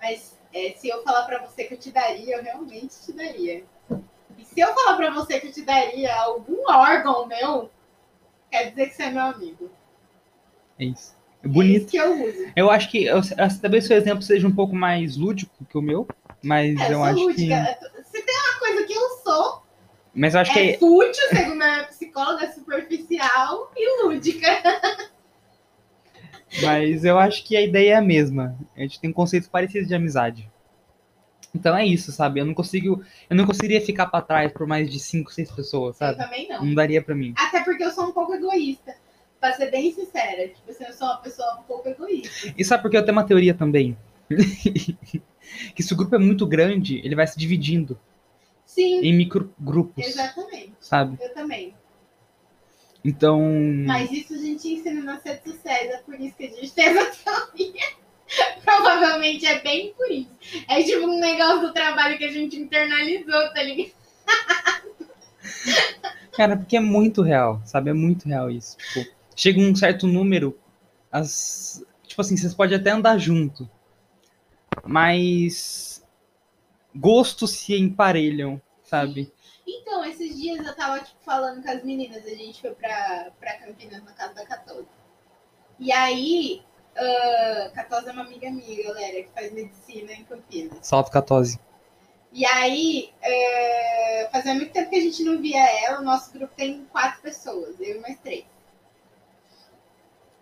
Speaker 2: Mas é, se eu falar pra você que eu te daria, eu realmente te daria. E se eu falar pra você que eu te daria algum órgão meu, quer dizer que você é meu amigo.
Speaker 1: É isso. É
Speaker 2: É
Speaker 1: bonito.
Speaker 2: isso que eu uso.
Speaker 1: Eu acho que. eu- eu- talvez seu exemplo seja um pouco mais lúdico que o meu. Mas
Speaker 2: É, eu,
Speaker 1: eu,
Speaker 2: sou
Speaker 1: acho que.
Speaker 2: lúdica. Se tem uma coisa que eu sou,
Speaker 1: Mas eu acho que
Speaker 2: É fútil, segundo minha psicóloga, é superficial e lúdica.
Speaker 1: Mas eu acho que a ideia é a mesma. A gente tem conceitos parecidos de amizade. Então é isso, sabe? Eu não consigo, eu não conseguiria ficar pra trás por mais de 5, 6 pessoas,
Speaker 2: Eu
Speaker 1: sabe?
Speaker 2: também não.
Speaker 1: Não daria pra mim.
Speaker 2: Até porque eu sou um pouco egoísta. Pra ser bem sincera, tipo assim, eu sou uma pessoa um pouco egoísta.
Speaker 1: E sabe por que eu tenho uma teoria também? *laughs* que se o grupo é muito grande, ele vai se dividindo
Speaker 2: Sim,
Speaker 1: em microgrupos,
Speaker 2: exatamente.
Speaker 1: sabe?
Speaker 2: Eu também.
Speaker 1: Então,
Speaker 2: Mas isso a gente ensina nas redes sociais, é por isso que a gente tem essa teoria. *laughs* Provavelmente é bem por isso. É tipo um negócio do trabalho que a gente internalizou, tá ligado?
Speaker 1: cara, porque é muito real, sabe? É muito real isso. Tipo, chega um certo número, as tipo assim, vocês podem até andar junto, mas gostos se emparelham, sabe?
Speaker 2: Então, esses dias eu tava, tipo, falando com as meninas, a gente foi pra, pra Campinas na casa da Catosa. E aí, ah, Catosa é uma amiga minha, galera, que faz medicina em Campinas.
Speaker 1: Salto 14.
Speaker 2: E aí, é, fazia muito tempo que a gente não via ela. O nosso grupo tem quatro pessoas, eu e mais três.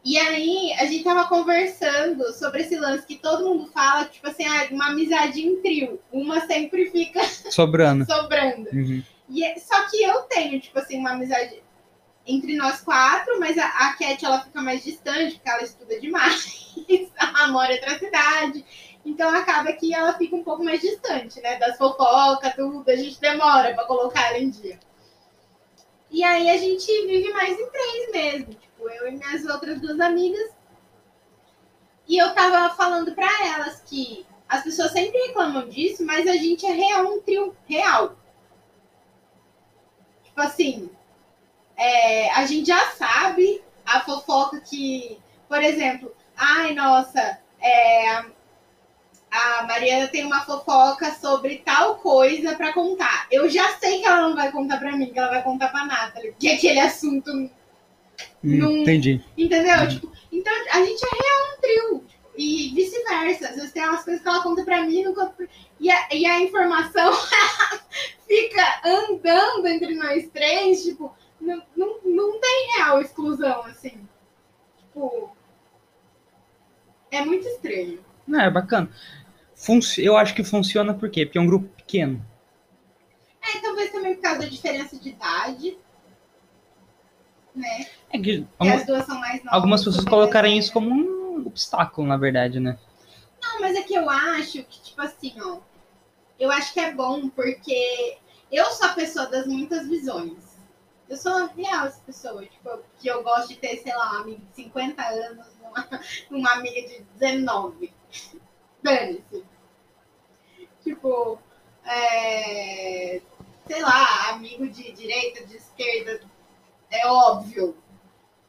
Speaker 2: E aí, a gente tava conversando sobre esse lance que todo mundo fala, tipo assim, ah, uma amizade em trio. Uma sempre fica *laughs*
Speaker 1: Sobrando.
Speaker 2: sobrando.
Speaker 1: Uhum.
Speaker 2: E é- só que eu tenho, tipo assim, uma amizade entre nós quatro, mas a, a Cat ela fica mais distante, porque ela estuda demais, *laughs* ela mora em outra cidade. Então acaba que ela fica um pouco mais distante, né? Das fofocas, tudo, a gente demora pra colocar ela em dia. E aí a gente vive mais em três mesmo, tipo, eu e minhas outras duas amigas. E eu tava falando pra elas que as pessoas sempre reclamam disso, mas a gente é real um trio real. Tipo assim, é, a gente já sabe a fofoca que, por exemplo, ai, nossa, é, a- a Mariana tem uma fofoca sobre tal coisa pra contar. Eu já sei que ela não vai contar pra mim, que ela vai contar pra Nathalie, porque aquele assunto Não-
Speaker 1: Hum, entendi.
Speaker 2: Entendeu?
Speaker 1: Uhum.
Speaker 2: Tipo, então a gente é real um trio. tipo, E vice-versa. Às vezes tem umas coisas que ela conta pra mim, não conta pra... e, a, e a informação *laughs* fica andando entre nós três, tipo, não, não, não tem real exclusão, assim. Tipo, é muito estranho.
Speaker 1: Não, é bacana. Funci- eu acho que funciona por quê? Porque é um grupo pequeno.
Speaker 2: É, talvez também por causa da diferença de idade. Né?
Speaker 1: É que
Speaker 2: E
Speaker 1: algumas,
Speaker 2: as duas são mais novas.
Speaker 1: algumas pessoas
Speaker 2: também,
Speaker 1: colocarem
Speaker 2: né?
Speaker 1: isso como um obstáculo, na verdade, né?
Speaker 2: Não, mas é que eu acho que, tipo assim, ó. Eu acho que é bom, porque eu sou a pessoa das muitas visões. Eu sou real essa pessoa, tipo, eu- que eu gosto de ter, sei lá, uma amiga de 50 anos, *laughs* uma, uma amiga de 19. Dane-se. Tipo, é, sei lá, amigo de direita, de esquerda, é óbvio.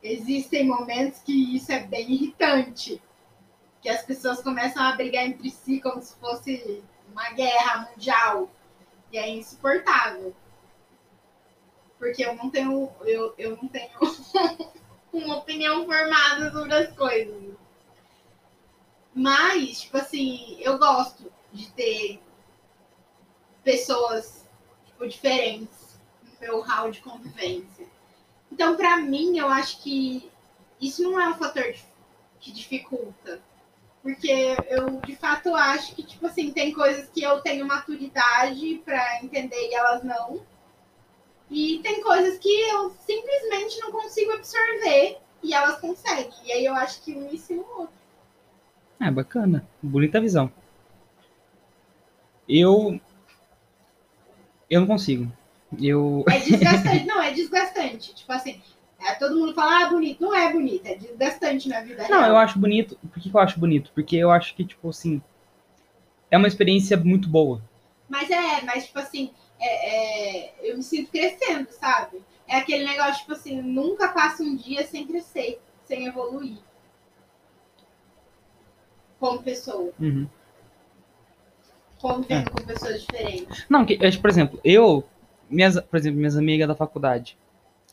Speaker 2: Existem momentos que isso é bem irritante que as pessoas começam a brigar entre si como se fosse uma guerra mundial. E é insuportável. Porque eu não tenho. Eu, eu não tenho *laughs* uma opinião formada sobre as coisas. Mas, tipo assim, eu gosto de ter pessoas tipo, diferentes no meu hall de convivência. Então, pra mim, eu acho que isso não é um fator dif- que dificulta. Porque eu, de fato, acho que, tipo assim, tem coisas que eu tenho maturidade pra entender e elas não. E tem coisas que eu simplesmente não consigo absorver e elas conseguem. E aí eu acho que um ensina o outro.
Speaker 1: É bacana. Bonita visão. Eu. Eu não consigo. Eu. *laughs*
Speaker 2: É desgastante. não, é desgastante. Tipo assim, é, todo mundo fala, ah, bonito. Não é bonito, é desgastante na vida
Speaker 1: Não,
Speaker 2: real.
Speaker 1: eu acho bonito. Por que que eu acho bonito? Porque eu acho que, tipo assim. É uma experiência muito boa.
Speaker 2: Mas é, mas tipo assim, é, é, eu me sinto crescendo, sabe? É aquele negócio, tipo assim, nunca passa um dia sem crescer, sem evoluir. Como pessoa,
Speaker 1: Uhum. É.
Speaker 2: convivendo com pessoas diferentes.
Speaker 1: Não, que, é, por exemplo, eu. Minhas, por exemplo, minhas amigas da faculdade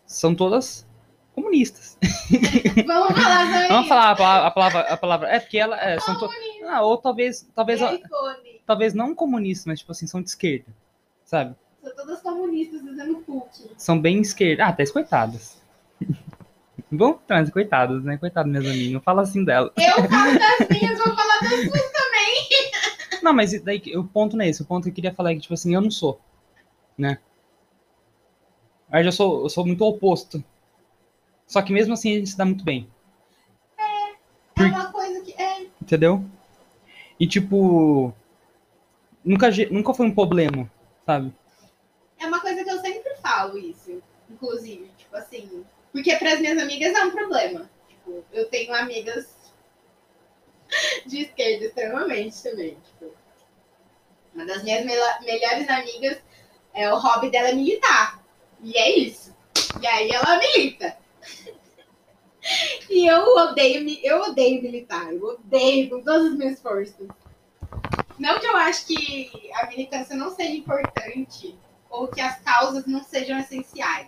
Speaker 1: são todas comunistas.
Speaker 2: Vamos
Speaker 1: *laughs*
Speaker 2: falar sobre
Speaker 1: Vamos
Speaker 2: isso.
Speaker 1: falar a palavra. A palavra, a palavra- é, porque ela. é, são to...
Speaker 2: Comunismo,
Speaker 1: Ah, ou talvez. Talvez,
Speaker 2: iPhone.
Speaker 1: talvez não comunistas, mas, tipo assim, são de esquerda. Sabe?
Speaker 2: São todas comunistas usando cookie.
Speaker 1: São bem esquerdas. Ah, até as coitadas. *laughs* Bom, então, as coitadas, né? Coitado, minhas amigas. Não fala assim dela.
Speaker 2: Eu falo das minhas, vou falar é das
Speaker 1: Não, mas e daí, que- o ponto não é esse. O ponto que eu queria falar é que, tipo assim, eu não sou. Né? Aí eu sou, eu sou muito oposto. Só que mesmo assim a gente se dá muito bem.
Speaker 2: É uma coisa que. É,
Speaker 1: Entendeu? E, tipo. Nunca, ge- nunca foi um problema, sabe?
Speaker 2: é uma coisa que eu sempre falo isso, inclusive, tipo assim. Porque para as minhas amigas é um problema. Tipo, eu tenho amigas *laughs* de esquerda extremamente também. Tipo. Uma das minhas mela- melhores amigas, é, o hobby dela é militar. E é isso. E aí ela milita. *laughs* E eu odeio, mi- eu odeio militar, eu odeio com todas as minhas forças. Não que eu acho que a militância não seja importante, ou que as causas não sejam essenciais.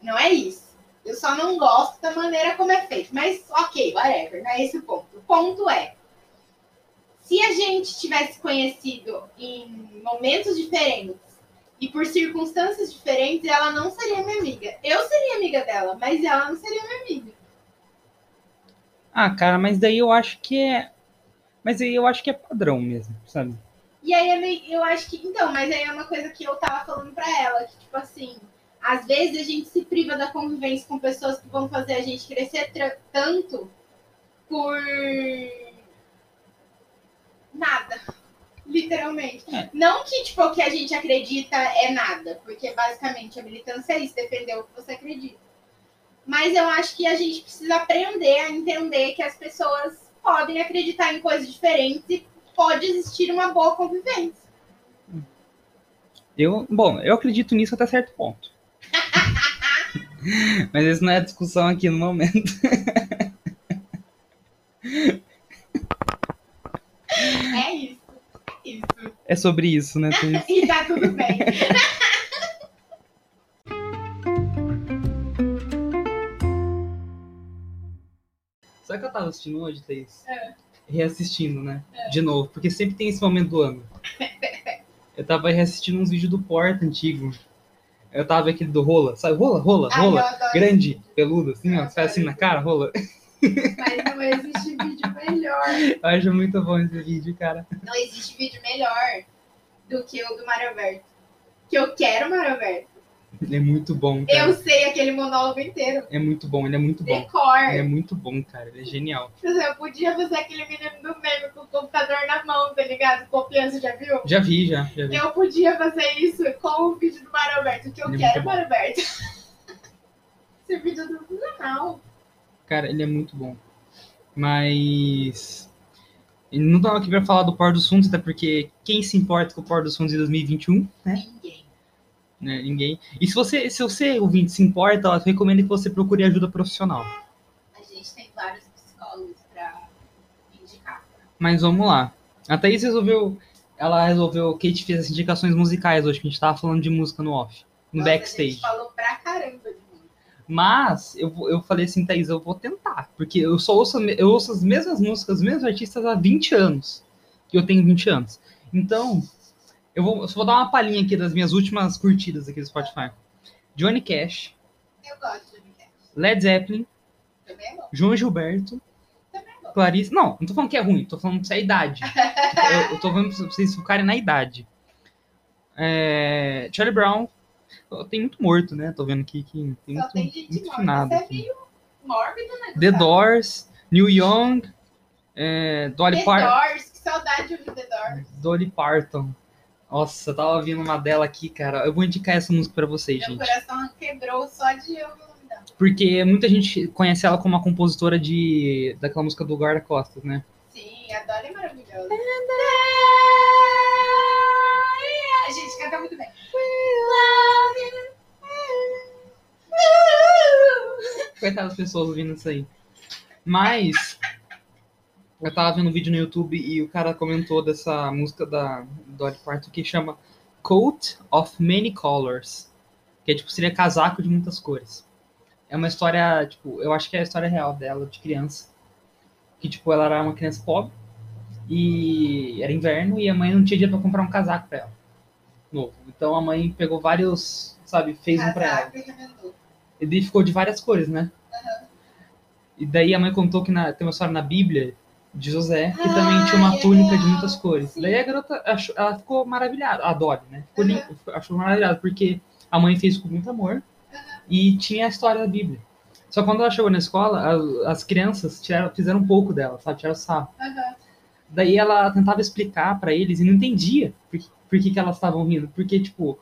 Speaker 2: Não é isso. Eu só não gosto da maneira como é feito. Mas, ok, whatever. Não é esse o ponto. O ponto é: se a gente tivesse conhecido em momentos diferentes e por circunstâncias diferentes, ela não seria minha amiga. Eu seria amiga dela, mas ela não seria minha amiga.
Speaker 1: Ah, cara, mas daí eu acho que é. Mas aí eu acho que é padrão mesmo, sabe?
Speaker 2: E aí é meio- eu acho que. Então, mas aí é uma coisa que eu tava falando pra ela, que tipo assim, às vezes a gente se priva da convivência com pessoas que vão fazer a gente crescer tra- tanto por nada. Literalmente.
Speaker 1: É.
Speaker 2: Não que, tipo, o que a gente acredita é nada, porque basicamente a militância é isso, defender o que você acredita. Mas eu acho que a gente precisa aprender a entender que as pessoas podem acreditar em coisas diferentes e pode existir uma boa convivência.
Speaker 1: Eu, bom, eu acredito nisso até certo
Speaker 2: *laughs*
Speaker 1: ponto. Mas isso não é discussão aqui no momento.
Speaker 2: É isso. Isso.
Speaker 1: É sobre isso, né? Thaís?
Speaker 2: E tá tudo bem.
Speaker 1: *laughs* Sabe o que eu tava assistindo hoje, Thaís?
Speaker 2: É.
Speaker 1: Reassistindo, né? De novo, porque sempre tem esse momento do ano. Eu tava reassistindo uns vídeos do Porta antigo. Eu tava vendo aquele do rola, sabe? Rola, rola,
Speaker 2: Ai,
Speaker 1: rola.
Speaker 2: eu adoro.
Speaker 1: Grande, peludo, assim, ó.
Speaker 2: Eu
Speaker 1: Você faz assim
Speaker 2: adoro.
Speaker 1: na cara, rola.
Speaker 2: Mas não existe vídeo melhor.
Speaker 1: Eu acho muito bom esse vídeo, cara.
Speaker 2: Não existe vídeo melhor do que o do Mário Alberto. Que eu quero o Mário Alberto.
Speaker 1: Ele é muito bom, cara.
Speaker 2: Eu sei aquele monólogo inteiro.
Speaker 1: É muito bom, ele é muito bom.
Speaker 2: Decor.
Speaker 1: Ele é muito bom, cara. Ele é genial.
Speaker 2: Eu podia fazer aquele menino do meme com o computador na mão, tá ligado? Copiando, já viu?
Speaker 1: Já vi, já. já vi.
Speaker 2: Eu podia fazer isso com o vídeo do Mário Alberto, que eu
Speaker 1: Ele é muito
Speaker 2: quero o
Speaker 1: bom.
Speaker 2: Mário Alberto. *laughs* Esse vídeo do não.
Speaker 1: Cara, ele é muito bom. Mas. eu Não tava aqui pra falar do Por dos Fundos, até porque quem se importa com o Por dos Fundos em 2021?
Speaker 2: Ninguém.
Speaker 1: Né? Ninguém. E se você, se você ouvinte, se importa, eu recomendo que você procure ajuda profissional.
Speaker 2: A gente tem vários psicólogos pra indicar.
Speaker 1: Mas vamos lá. A Thaís resolveu. Ela resolveu. Kate fez as indicações musicais hoje, que a gente tava falando de música no off, no
Speaker 2: Nossa, A
Speaker 1: backstage.
Speaker 2: gente falou pra caramba de mim.
Speaker 1: Mas eu, vou- eu falei assim, Thaís, eu vou tentar. Porque eu só ouço, a me- eu ouço as mesmas músicas, os mesmos artistas há 20 anos. E eu tenho 20 anos. Então, eu, vou, eu só vou dar uma palhinha aqui das minhas últimas curtidas aqui do Spotify. Johnny Cash,
Speaker 2: Eu gosto de Miguel.
Speaker 1: Led Zeppelin,
Speaker 2: Também é bom.
Speaker 1: João Gilberto,
Speaker 2: Também é bom.
Speaker 1: Clarice. Não, não tô falando que é ruim, tô falando que é a idade. eu, eu tô falando pra vocês focarem na idade. É, Charlie Brown. Tem muito morto, né? Tô vendo aqui que tem
Speaker 2: Só
Speaker 1: muito,
Speaker 2: tem gente
Speaker 1: muito
Speaker 2: mórbida.
Speaker 1: finado
Speaker 2: Você é
Speaker 1: aqui.
Speaker 2: meio mórbido, né?
Speaker 1: The
Speaker 2: Gustavo?
Speaker 1: Doors, New Young, é, Dolly,
Speaker 2: The
Speaker 1: Par
Speaker 2: Doors. Que saudade de ouvir The Doors.
Speaker 1: Dolly Parton. Nossa, eu tava vindo uma dela aqui, cara. Eu vou indicar essa música pra vocês,
Speaker 2: Meu
Speaker 1: gente.
Speaker 2: coração quebrou só de eu lembrar.
Speaker 1: Porque muita gente conhece ela como a compositora de daquela música do Guarda Costas, né?
Speaker 2: Sim, adoro é maravilhosa. A gente canta muito bem.
Speaker 1: Coitada das pessoas ouvindo isso aí. Mas eu tava vendo um vídeo no YouTube e o cara comentou dessa música da Dolly Parton que chama Coat of Many Colors. Que é tipo, seria casaco de muitas cores. É uma história, tipo, eu acho que é a história real dela, de criança. Que, tipo, ela era uma criança pobre e era inverno e a mãe não tinha dinheiro pra comprar um casaco pra ela. Novo. Então a mãe pegou vários, sabe, fez um pra ela.
Speaker 2: Casaco e remendou.
Speaker 1: E daí ficou de várias cores, né? E daí a mãe contou que na- tem uma história na Bíblia de José que também
Speaker 2: Ah,
Speaker 1: tinha uma
Speaker 2: legal.
Speaker 1: túnica de muitas cores.
Speaker 2: Sim.
Speaker 1: Daí a garota achou- ela ficou maravilhada, a Dolly, né? Ficou
Speaker 2: Aham.
Speaker 1: lin- achou maravilhada, porque a mãe fez com muito amor e tinha a história da Bíblia. Só que quando ela chegou na escola, a- as crianças tiraram- fizeram um pouco dela, sabe? Tiraram sarro.
Speaker 2: Aham.
Speaker 1: Daí ela tentava explicar pra eles e não entendia por, que- por que, que elas estavam rindo. Porque, tipo,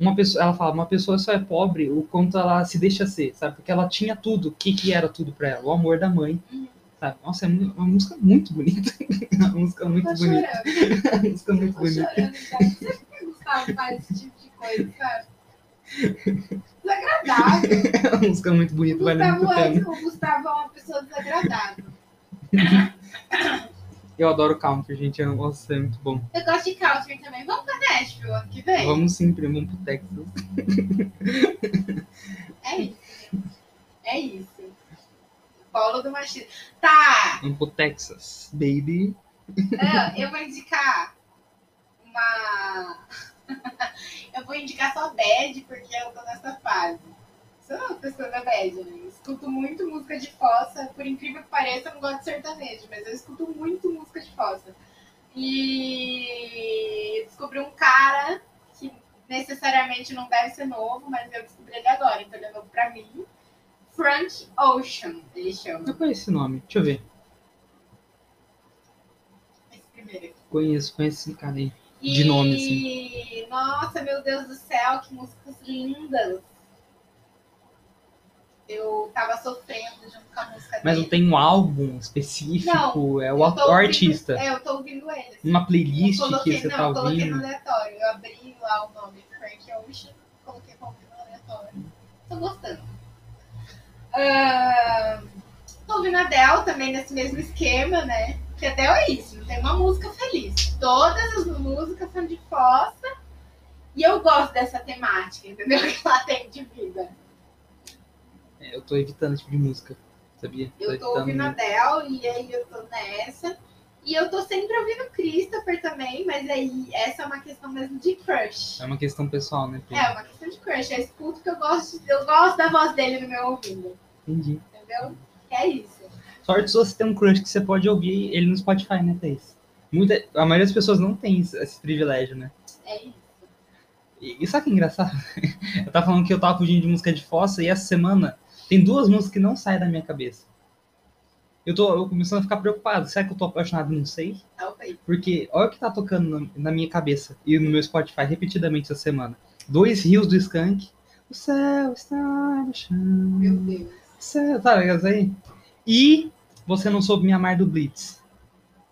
Speaker 1: uma pessoa, ela fala, uma pessoa só é pobre o quanto ela se deixa ser, sabe? Porque ela tinha tudo, o que, que era tudo pra ela? O amor da mãe, sabe? Nossa, é mu- uma música muito bonita. *laughs* uma música muito
Speaker 2: Tô
Speaker 1: bonita.
Speaker 2: chorando.
Speaker 1: Uma música muito
Speaker 2: Tô
Speaker 1: bonita.
Speaker 2: chorando já. Você por que o Gustavo faz esse tipo de coisa, sabe?
Speaker 1: *laughs*
Speaker 2: Desagradável.
Speaker 1: Uma música muito
Speaker 2: O
Speaker 1: bonita, vale muito
Speaker 2: Gustavo,
Speaker 1: a pena.
Speaker 2: antes, o Gustavo é uma pessoa desagradável.
Speaker 1: Eu adoro country, gente. Eu gosto, é muito bom.
Speaker 2: Eu gosto de country também. Vamos pra Nashville ano que vem?
Speaker 1: Vamos sim, primo, vamos pro Texas.
Speaker 2: É isso. É isso. Paulo do machismo. Tá!
Speaker 1: Vamos pro Texas, baby.
Speaker 2: ah, Eu vou indicar uma. *laughs* eu vou indicar só bad, porque eu tô nessa fase. Sou uma pessoa da bad, né? Escuto muito música de fossa. Por incrível que pareça, eu não gosto de sertanejo, mas eu escuto muito música de fossa. E descobri um cara que necessariamente não deve ser novo, mas eu descobri ele agora, então ele é novo pra mim. Frank Ocean, ele chama.
Speaker 1: Eu conheço esse nome. Deixa eu ver.
Speaker 2: Esse primeiro aqui.
Speaker 1: Conheço, conheço esse cara aí. De nome,
Speaker 2: assim. Nossa, meu Deus do céu, que músicas lindas. Eu tava sofrendo junto com a música
Speaker 1: Mas não
Speaker 2: dele.
Speaker 1: tem um álbum específico, é o,
Speaker 2: Eu tô
Speaker 1: o
Speaker 2: ouvindo-
Speaker 1: artista.
Speaker 2: É, eu tô ouvindo ele. assim.
Speaker 1: Uma playlist
Speaker 2: Eu coloquei,
Speaker 1: que você
Speaker 2: não,
Speaker 1: tá
Speaker 2: eu coloquei no
Speaker 1: ouvindo.
Speaker 2: aleatório. Eu abri lá o nome Frank Ocean, coloquei como no aleatório. Tô gostando. Ah, tô ouvindo a Adele também nesse mesmo esquema, né? Que Adele é isso, não tem uma música feliz. Todas as músicas são de fossa. E eu gosto dessa temática, entendeu? *laughs* Que ela tem de vida.
Speaker 1: É, eu tô evitando esse tipo de música, sabia?
Speaker 2: Eu tô
Speaker 1: evitando.
Speaker 2: ouvindo a Adele e aí eu tô nessa. E E eu tô sempre ouvindo Christopher também, mas aí essa é uma questão mesmo de crush.
Speaker 1: É uma questão pessoal, né, Pri?
Speaker 2: É, uma questão de crush. Eu escuto que eu gosto, eu gosto da voz dele no meu ouvido,
Speaker 1: Entendi.
Speaker 2: entendeu? É isso.
Speaker 1: Sorte se você tem um crush que você pode ouvir ele no Spotify, né, Thaís? Muita, a maioria das pessoas não tem esse- esse privilégio, né?
Speaker 2: É isso.
Speaker 1: E, e sabe que é engraçado? *laughs* Eu tava falando que eu tava fugindo de música de fossa e essa semana tem duas músicas que não saem da minha cabeça. Eu tô eu começando a ficar preocupado. Será que eu tô apaixonado? Não sei.
Speaker 2: Tá ok.
Speaker 1: Porque olha o que tá tocando na, na minha cabeça e no meu Spotify repetidamente essa semana. Dois rios do Skank. O céu está no chão.
Speaker 2: Meu Deus.
Speaker 1: Cê- Sabe essa aí? E Você Não Soube Me Amar do Blitz.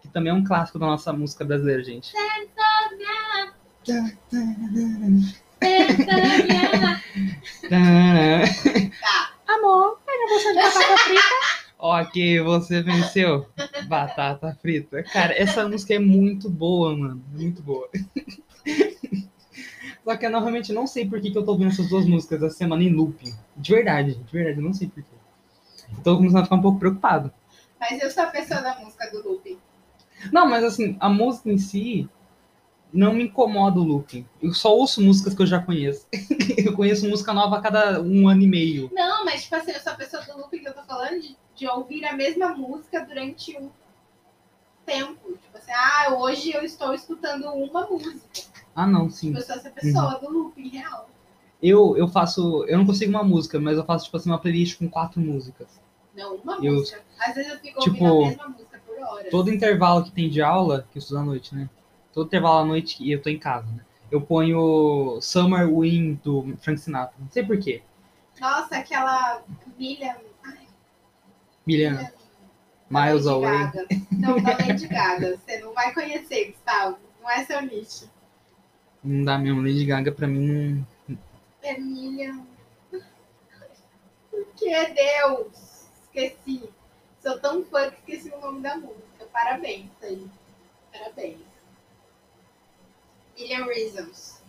Speaker 1: Que também é um clássico da nossa música brasileira, gente. *laughs* Amor, pega você de batata frita. ok, você venceu. Batata frita. Cara, essa música é muito boa, mano. Muito boa. *laughs* Só que eu normalmente não sei por que, que eu tô ouvindo essas duas músicas essa semana em looping. De verdade, de verdade, eu não sei por quê. Eu tô começando a ficar um pouco preocupado.
Speaker 2: *laughs* Mas eu sou a pessoa da música do looping.
Speaker 1: Não, mas assim, a música em si não me incomoda o looping. Eu só ouço músicas que eu já conheço. *laughs* eu conheço música nova a cada um ano e meio.
Speaker 2: Não, mas tipo assim, eu sou a pessoa do looping que eu tô falando de, de ouvir a mesma música durante um tempo. Tipo assim, ah, hoje eu estou escutando uma música. Tipo,
Speaker 1: Ah, não, sim.
Speaker 2: Eu sou essa pessoa do looping real.
Speaker 1: Eu, eu faço. Eu não consigo uma música, mas eu faço, tipo assim, uma playlist com quatro músicas.
Speaker 2: Não, uma
Speaker 1: Eu-
Speaker 2: música. Às vezes eu fico
Speaker 1: Tipo,
Speaker 2: ouvindo a mesma música por horas.
Speaker 1: Todo intervalo que tem de aula, que eu estudo à noite, né? Todo intervalo à noite que eu tô em casa, né? Eu ponho Summer Wind do Frank Sinatra. Não sei porquê.
Speaker 2: Nossa, aquela milha.
Speaker 1: Milena,
Speaker 2: milha-
Speaker 1: Miles
Speaker 2: Lady
Speaker 1: Away.
Speaker 2: Gaga. Não, tá da Lady Gaga. Você não vai conhecer, Gustavo. Não é seu nicho.
Speaker 1: Não dá mesmo. Lady Gaga pra mim
Speaker 2: É milha. Por que, é Deus? Esqueci. Sou tão fã que esqueci o nome da música. Parabéns, tá aí. Parabéns. Million Reasons.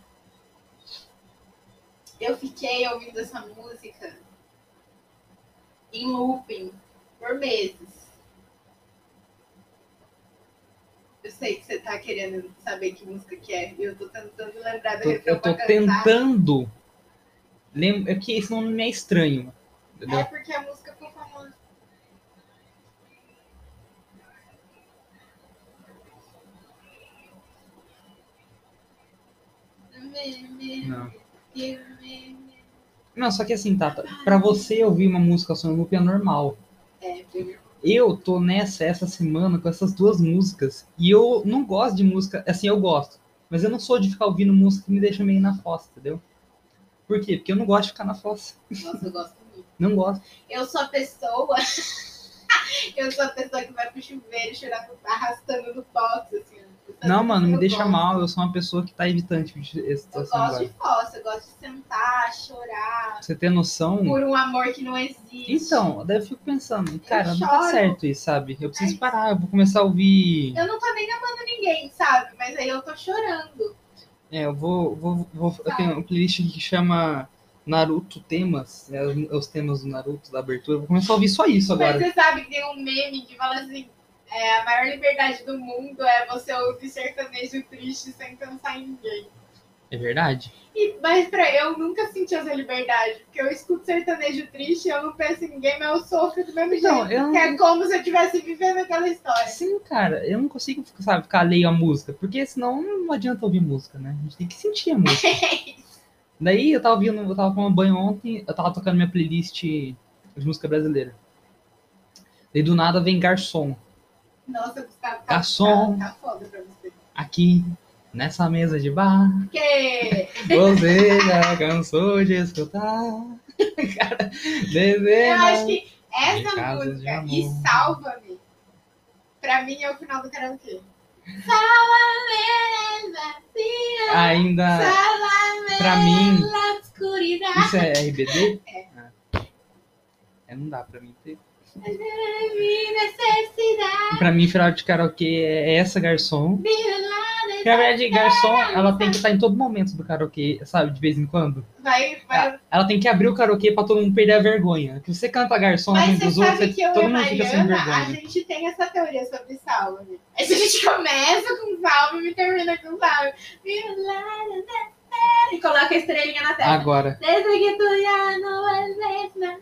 Speaker 2: Eu fiquei ouvindo essa música em looping por meses. Eu sei que você tá querendo saber que música que é. E eu tô tentando lembrar da
Speaker 1: não. Eu tô, eu
Speaker 2: refrão
Speaker 1: tô
Speaker 2: pra cantar.
Speaker 1: tentando. Lem... É que esse nome me é estranho.
Speaker 2: É
Speaker 1: Entendeu?
Speaker 2: porque a música ficou famosa. Me, me,
Speaker 1: Não.
Speaker 2: me, me, me.
Speaker 1: Não, só que assim, Tata, pra você ouvir uma música só em loop é normal.
Speaker 2: É, porque-
Speaker 1: Eu tô nessa essa semana com essas duas músicas. E eu não gosto de música. Assim, eu gosto. Mas eu não sou de ficar ouvindo música que me deixa meio na fossa, entendeu? Por quê? Porque eu não gosto de ficar na fossa.
Speaker 2: nossa, eu gosto muito.
Speaker 1: Não gosto.
Speaker 2: Eu sou a pessoa. *laughs* eu sou a pessoa que vai pro chuveiro chorar pro- arrastando no box, assim. ó.
Speaker 1: Não, mano, me
Speaker 2: Eu
Speaker 1: deixa
Speaker 2: gosto.
Speaker 1: mal. Eu sou uma pessoa que tá evitante de essa
Speaker 2: Eu
Speaker 1: situação
Speaker 2: gosto
Speaker 1: agora.
Speaker 2: de fossa, eu gosto de sentar, chorar,
Speaker 1: Você tem noção?
Speaker 2: por um amor que não existe.
Speaker 1: Então, daí eu fico pensando, cara, não tá
Speaker 2: choro.
Speaker 1: certo isso, sabe? Eu preciso
Speaker 2: isso.
Speaker 1: parar, eu vou começar a ouvir.
Speaker 2: Eu não tô nem amando ninguém, sabe? Mas aí eu tô chorando.
Speaker 1: É, eu vou. vou, vou eu
Speaker 2: Tá.
Speaker 1: tenho uma playlist aqui que chama Naruto Temas. né, os- os temas do Naruto, da abertura. Eu vou começar a ouvir só isso agora.
Speaker 2: Mas você sabe que tem um meme que fala assim: é, a maior liberdade do mundo é você ouvir sertanejo triste sem pensar em ninguém.
Speaker 1: É verdade.
Speaker 2: E, mas pra eu nunca senti essa liberdade, porque eu escuto sertanejo triste, eu não penso em ninguém, mas eu sofro do mesmo
Speaker 1: Então,
Speaker 2: jeito.
Speaker 1: eu não-
Speaker 2: que É como se eu estivesse vivendo aquela história.
Speaker 1: Sim, cara, eu não consigo, sabe, ficar alheio à música, porque senão não adianta ouvir música, né? A gente tem que sentir a música. Daí eu tava ouvindo, eu tava tomando banho ontem, eu tava tocando minha playlist de música brasileira. Daí do nada vem garçom
Speaker 2: Nossa, Gustavo, tá,
Speaker 1: Garçom.
Speaker 2: tá, tá foda pra você.
Speaker 1: aqui nessa mesa de bar.
Speaker 2: *laughs* Porque
Speaker 1: Você já cansou de escutar. *laughs* Cara,
Speaker 2: eu acho
Speaker 1: dezenas.
Speaker 2: que essa
Speaker 1: Casos de
Speaker 2: música,
Speaker 1: amor.
Speaker 2: E Salva-me, pra mim é o final do karaokê. Salva-me,
Speaker 1: Ainda,
Speaker 2: salva-me
Speaker 1: pra mim,
Speaker 2: da escuridão.
Speaker 1: isso é RBD? Ah. É, não dá pra mim ter.
Speaker 2: Minha necessidade
Speaker 1: Pra mim, final de karaokê é essa garçom.
Speaker 2: de lá ele
Speaker 1: Que a
Speaker 2: vai,
Speaker 1: Maria de Garçom, ela tem que estar em todo momento do karaokê, sabe? De vez em quando.
Speaker 2: vai, vai,
Speaker 1: Ela tem que abrir o karaokê pra todo mundo perder a vergonha. Que você canta garçom na
Speaker 2: Mas
Speaker 1: frente
Speaker 2: você
Speaker 1: dos outros,
Speaker 2: sabe que eu e
Speaker 1: todo
Speaker 2: a
Speaker 1: mundo fica sem
Speaker 2: Mariana, a
Speaker 1: vergonha.
Speaker 2: gente tem essa teoria sobre salve. Aí se a gente começa com salve e termina com salve. E coloca a estrelinha na tela.
Speaker 1: Agora,
Speaker 2: Desde que tu já não és mesma.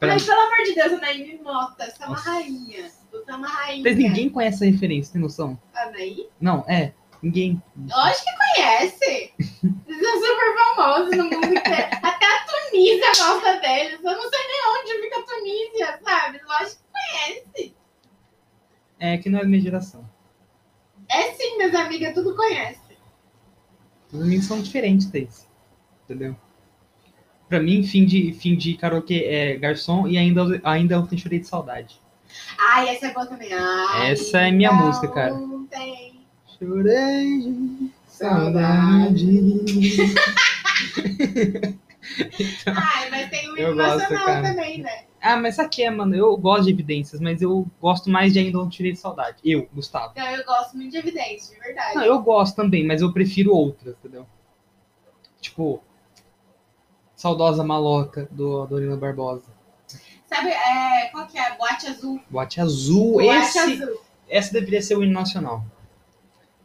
Speaker 1: peraí.
Speaker 2: Mas pelo amor de Deus, Anaí Mota, você é uma
Speaker 1: Nossa.
Speaker 2: rainha. Você é uma rainha.
Speaker 1: Mas ninguém conhece essa referência, tem noção?
Speaker 2: Anaí?
Speaker 1: Não, é. Ninguém.
Speaker 2: Lógico que conhece. Eles são super famosos no mundo inteiro. Até a Tunísia gosta deles. Eu não sei nem onde fica a Tunísia, sabe? Lógico que conhece.
Speaker 1: É que não é da minha geração.
Speaker 2: É sim, minhas amigas, tudo conhece.
Speaker 1: Os meninos são diferentes deles. Entendeu? Pra mim, fim de, fim de karaokê é garçom e ainda, ainda ontem chorei de saudade.
Speaker 2: Ai, essa é boa também. Ai,
Speaker 1: Essa é minha
Speaker 2: não
Speaker 1: música, cara.
Speaker 2: Tem
Speaker 1: Chorei de saudade.
Speaker 2: Ai, mas tem o
Speaker 1: Eu
Speaker 2: hino
Speaker 1: gosto,
Speaker 2: nacional
Speaker 1: cara.
Speaker 2: também, né?
Speaker 1: Ah, mas sabe o que é, mano? Eu gosto de evidências, mas eu gosto mais de ainda ontem chorei de saudade. Eu, Gustavo.
Speaker 2: Então eu gosto muito de evidência, de verdade.
Speaker 1: Não, eu gosto também, mas eu prefiro outras, entendeu? Tipo, saudosa maloca do Dorina Barbosa.
Speaker 2: Sabe é, qual que é? Boate azul.
Speaker 1: Bote azul,
Speaker 2: Boate
Speaker 1: esse.
Speaker 2: azul.
Speaker 1: Essa deveria ser o hino nacional.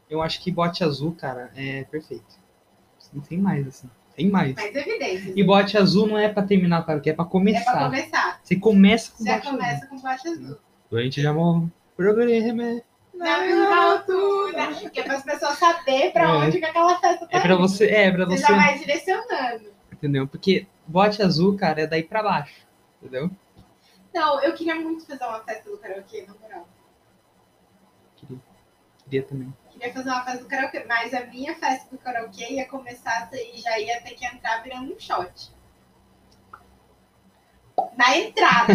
Speaker 1: Eu acho que bote azul, cara, é perfeito. Não tem mais, assim. Tem mais.
Speaker 2: Mas evidência.
Speaker 1: E bote azul não é pra terminar, cara, que é pra
Speaker 2: É pra
Speaker 1: começar.
Speaker 2: começar.
Speaker 1: Você começa com
Speaker 2: Já
Speaker 1: bote azul.
Speaker 2: começa com boate azul.
Speaker 1: Doente de amor, programa.
Speaker 2: Na mesma altura. Que é para as pessoas saberem pra
Speaker 1: É.
Speaker 2: onde que aquela festa tá
Speaker 1: É pra
Speaker 2: indo.
Speaker 1: você, é pra
Speaker 2: Você
Speaker 1: você,
Speaker 2: já vai direcionando.
Speaker 1: entendeu? Porque bote azul, cara, é daí pra baixo, entendeu?
Speaker 2: Não, eu queria muito fazer uma festa do karaokê, na moral.
Speaker 1: Queria também.
Speaker 2: Queria fazer uma festa do karaokê, mas a minha festa do karaokê ia começar e já ia ter que entrar virando um shot.
Speaker 1: *laughs*
Speaker 2: Na entrada.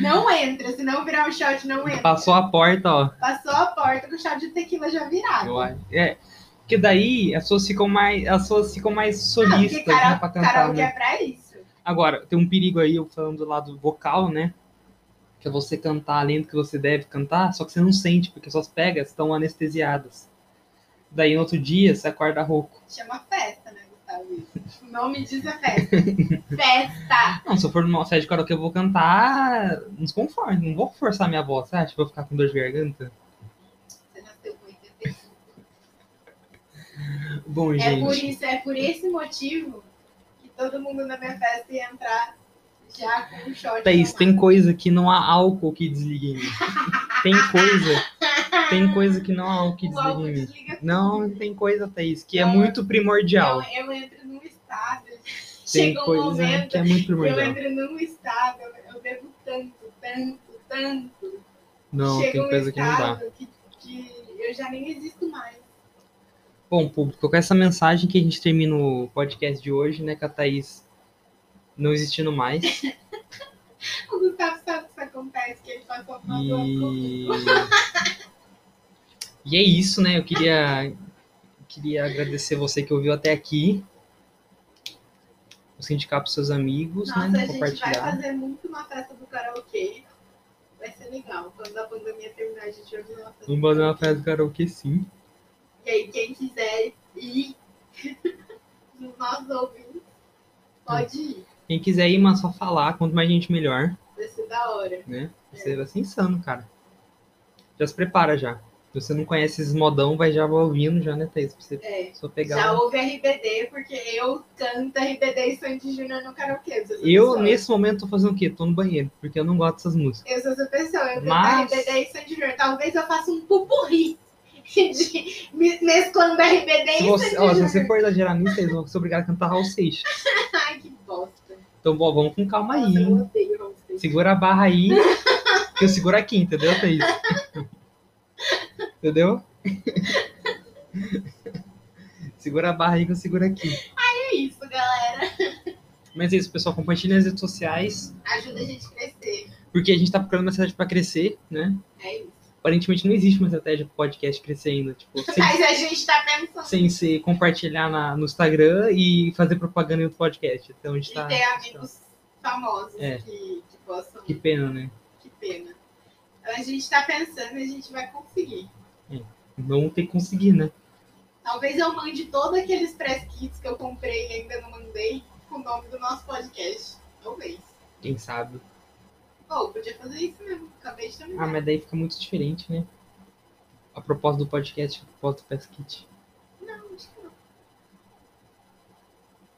Speaker 2: não entra, se não virar um shot, não entra.
Speaker 1: Passou a porta, ó.
Speaker 2: Passou a porta com o shot de tequila já virado.
Speaker 1: Eu acho. É. Porque daí as pessoas ficam mais, as pessoas ficam mais
Speaker 2: Não,
Speaker 1: solistas
Speaker 2: porque cara-
Speaker 1: né, pra cantar,
Speaker 2: karaokê
Speaker 1: né?
Speaker 2: é pra isso.
Speaker 1: Agora, tem um perigo aí, eu falando do lado vocal, né? Que é você cantar além do que você deve cantar, só que você não sente, porque suas pegas estão anestesiadas. Daí, no outro dia, você acorda rouco.
Speaker 2: Chama festa, né, Gustavo? Isso. O nome diz é
Speaker 1: *laughs*
Speaker 2: festa. festa!
Speaker 1: Não, se eu for numa festa de karaokê, eu vou cantar nos conformes. Não vou forçar minha voz, você acha que eu vou ficar com dor de garganta?
Speaker 2: Você nasceu com 85.
Speaker 1: Bom,
Speaker 2: É por
Speaker 1: gente.
Speaker 2: isso, é por esse motivo que todo mundo na minha festa ia entrar já com um shot.
Speaker 1: Thaís,
Speaker 2: tomado.
Speaker 1: tem coisa que não há álcool que desligue em mim. Tem coisa, tem coisa que não há álcool que
Speaker 2: O álcool
Speaker 1: desligue em mim.
Speaker 2: desliga
Speaker 1: Não, tem coisa, Thaís, que é
Speaker 2: Não.
Speaker 1: muito primordial.
Speaker 2: Eu, eu entro num estado.
Speaker 1: Tem
Speaker 2: *laughs* Chega um
Speaker 1: coisa
Speaker 2: momento,
Speaker 1: que é muito
Speaker 2: eu
Speaker 1: primordial.
Speaker 2: entro num estado, eu eu bebo tanto, tanto, tanto.
Speaker 1: Não,
Speaker 2: Chega
Speaker 1: tem
Speaker 2: um
Speaker 1: coisa que não dá.
Speaker 2: estado que, que eu já nem existo mais.
Speaker 1: Bom, público, com essa mensagem que a gente termina o podcast de hoje, né, com a Thaís não existindo mais.
Speaker 2: O Gustavo sabe que isso acontece, que ele passou por uma
Speaker 1: E. E é isso, né? Eu queria, queria agradecer você que ouviu até aqui. Você indicar para seus amigos,
Speaker 2: Nossa,
Speaker 1: né?
Speaker 2: a gente vai
Speaker 1: Compartilhar.
Speaker 2: fazer muito uma festa do karaokê. Vai ser legal. Quando a pandemia terminar, a gente vai fazer uma festa.
Speaker 1: Vamos fazer uma festa do karaokê, sim.
Speaker 2: E aí, quem quiser ir *laughs* nos nossos ouvintes, pode ir.
Speaker 1: Quem quiser ir, mas só falar. Quanto mais gente, melhor.
Speaker 2: Vai ser da hora.
Speaker 1: né? Você vai ser insano, cara. Já se prepara já. Se você não conhece esses modão, vai já ouvindo já, né, Thaís? Pra você
Speaker 2: É.
Speaker 1: só pegar.
Speaker 2: Já
Speaker 1: um-
Speaker 2: ouve RBD, porque eu canto RBD e Sandy Júnior no karaokê. sou essa
Speaker 1: Eu,
Speaker 2: pessoa.
Speaker 1: nesse momento, tô fazendo o quê? Tô no banheiro, porque eu não gosto dessas músicas.
Speaker 2: Eu sou essa pessoa, eu canto
Speaker 1: Mas-
Speaker 2: RBD e Sandy Júnior. Talvez eu faça um pupurri *laughs* de me- mesclando RBD
Speaker 1: Se
Speaker 2: e
Speaker 1: você,
Speaker 2: Sandy
Speaker 1: ó, se
Speaker 2: Júnior. *laughs*
Speaker 1: você for exagerar nisso, Thaís, eu vou ser obrigado a cantar Raul Seixas.
Speaker 2: Ai, que bosta.
Speaker 1: Então, bom, vamos com calma aí.
Speaker 2: Nossa, eu
Speaker 1: hein?
Speaker 2: odeio Homestead.
Speaker 1: Segura a barra aí, que eu seguro aqui, entendeu, Thaís? entendeu? Segura a barra aí que eu seguro aqui.
Speaker 2: É isso, galera.
Speaker 1: Mas é isso, pessoal. Compartilha nas redes sociais.
Speaker 2: Ajuda a gente a crescer.
Speaker 1: Porque a gente tá procurando uma estratégia pra crescer, né?
Speaker 2: É isso.
Speaker 1: Aparentemente não existe uma estratégia pro podcast crescer ainda.
Speaker 2: *laughs*
Speaker 1: Tipo, sem,
Speaker 2: Mas a gente tá pensando
Speaker 1: sem ser compartilhar na- no Instagram e fazer propaganda em outro podcast. Então a gente tá.
Speaker 2: em ter amigos famosos
Speaker 1: É.
Speaker 2: que, que possam.
Speaker 1: Que
Speaker 2: Que...
Speaker 1: pena, né?
Speaker 2: pena. Então, A gente tá pensando e a gente vai conseguir.
Speaker 1: não ter conseguido, né?
Speaker 2: Talvez eu mande todos aqueles press kits que eu comprei e ainda não mandei com o nome do nosso podcast. Talvez.
Speaker 1: Quem sabe?
Speaker 2: Ou podia fazer isso mesmo. Acabei de terminar.
Speaker 1: Ah, mas daí fica muito diferente, né? A proposta do podcast, é a proposta do Pass Kit.
Speaker 2: Não, acho que não.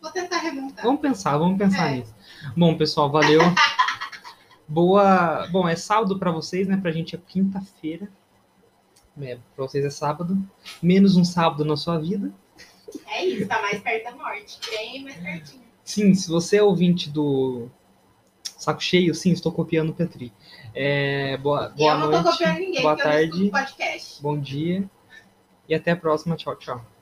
Speaker 2: Vou tentar remontar.
Speaker 1: Vamos pensar, vamos pensar
Speaker 2: É.
Speaker 1: nisso. Bom, pessoal, valeu. Boa. Bom, é sábado pra vocês, né? Pra gente é quinta-feira. É, pra vocês é sábado. Menos um sábado na sua vida.
Speaker 2: É isso, tá mais perto da morte. Bem mais pertinho.
Speaker 1: Sim, se você é ouvinte do Saco Cheio, sim, estou copiando o Petri. É, boa
Speaker 2: E
Speaker 1: boa
Speaker 2: eu não
Speaker 1: noite,
Speaker 2: tô copiando ninguém,
Speaker 1: boa
Speaker 2: porque eu não
Speaker 1: tarde,
Speaker 2: escuto podcast.
Speaker 1: bom dia e até a próxima. Tchau, tchau.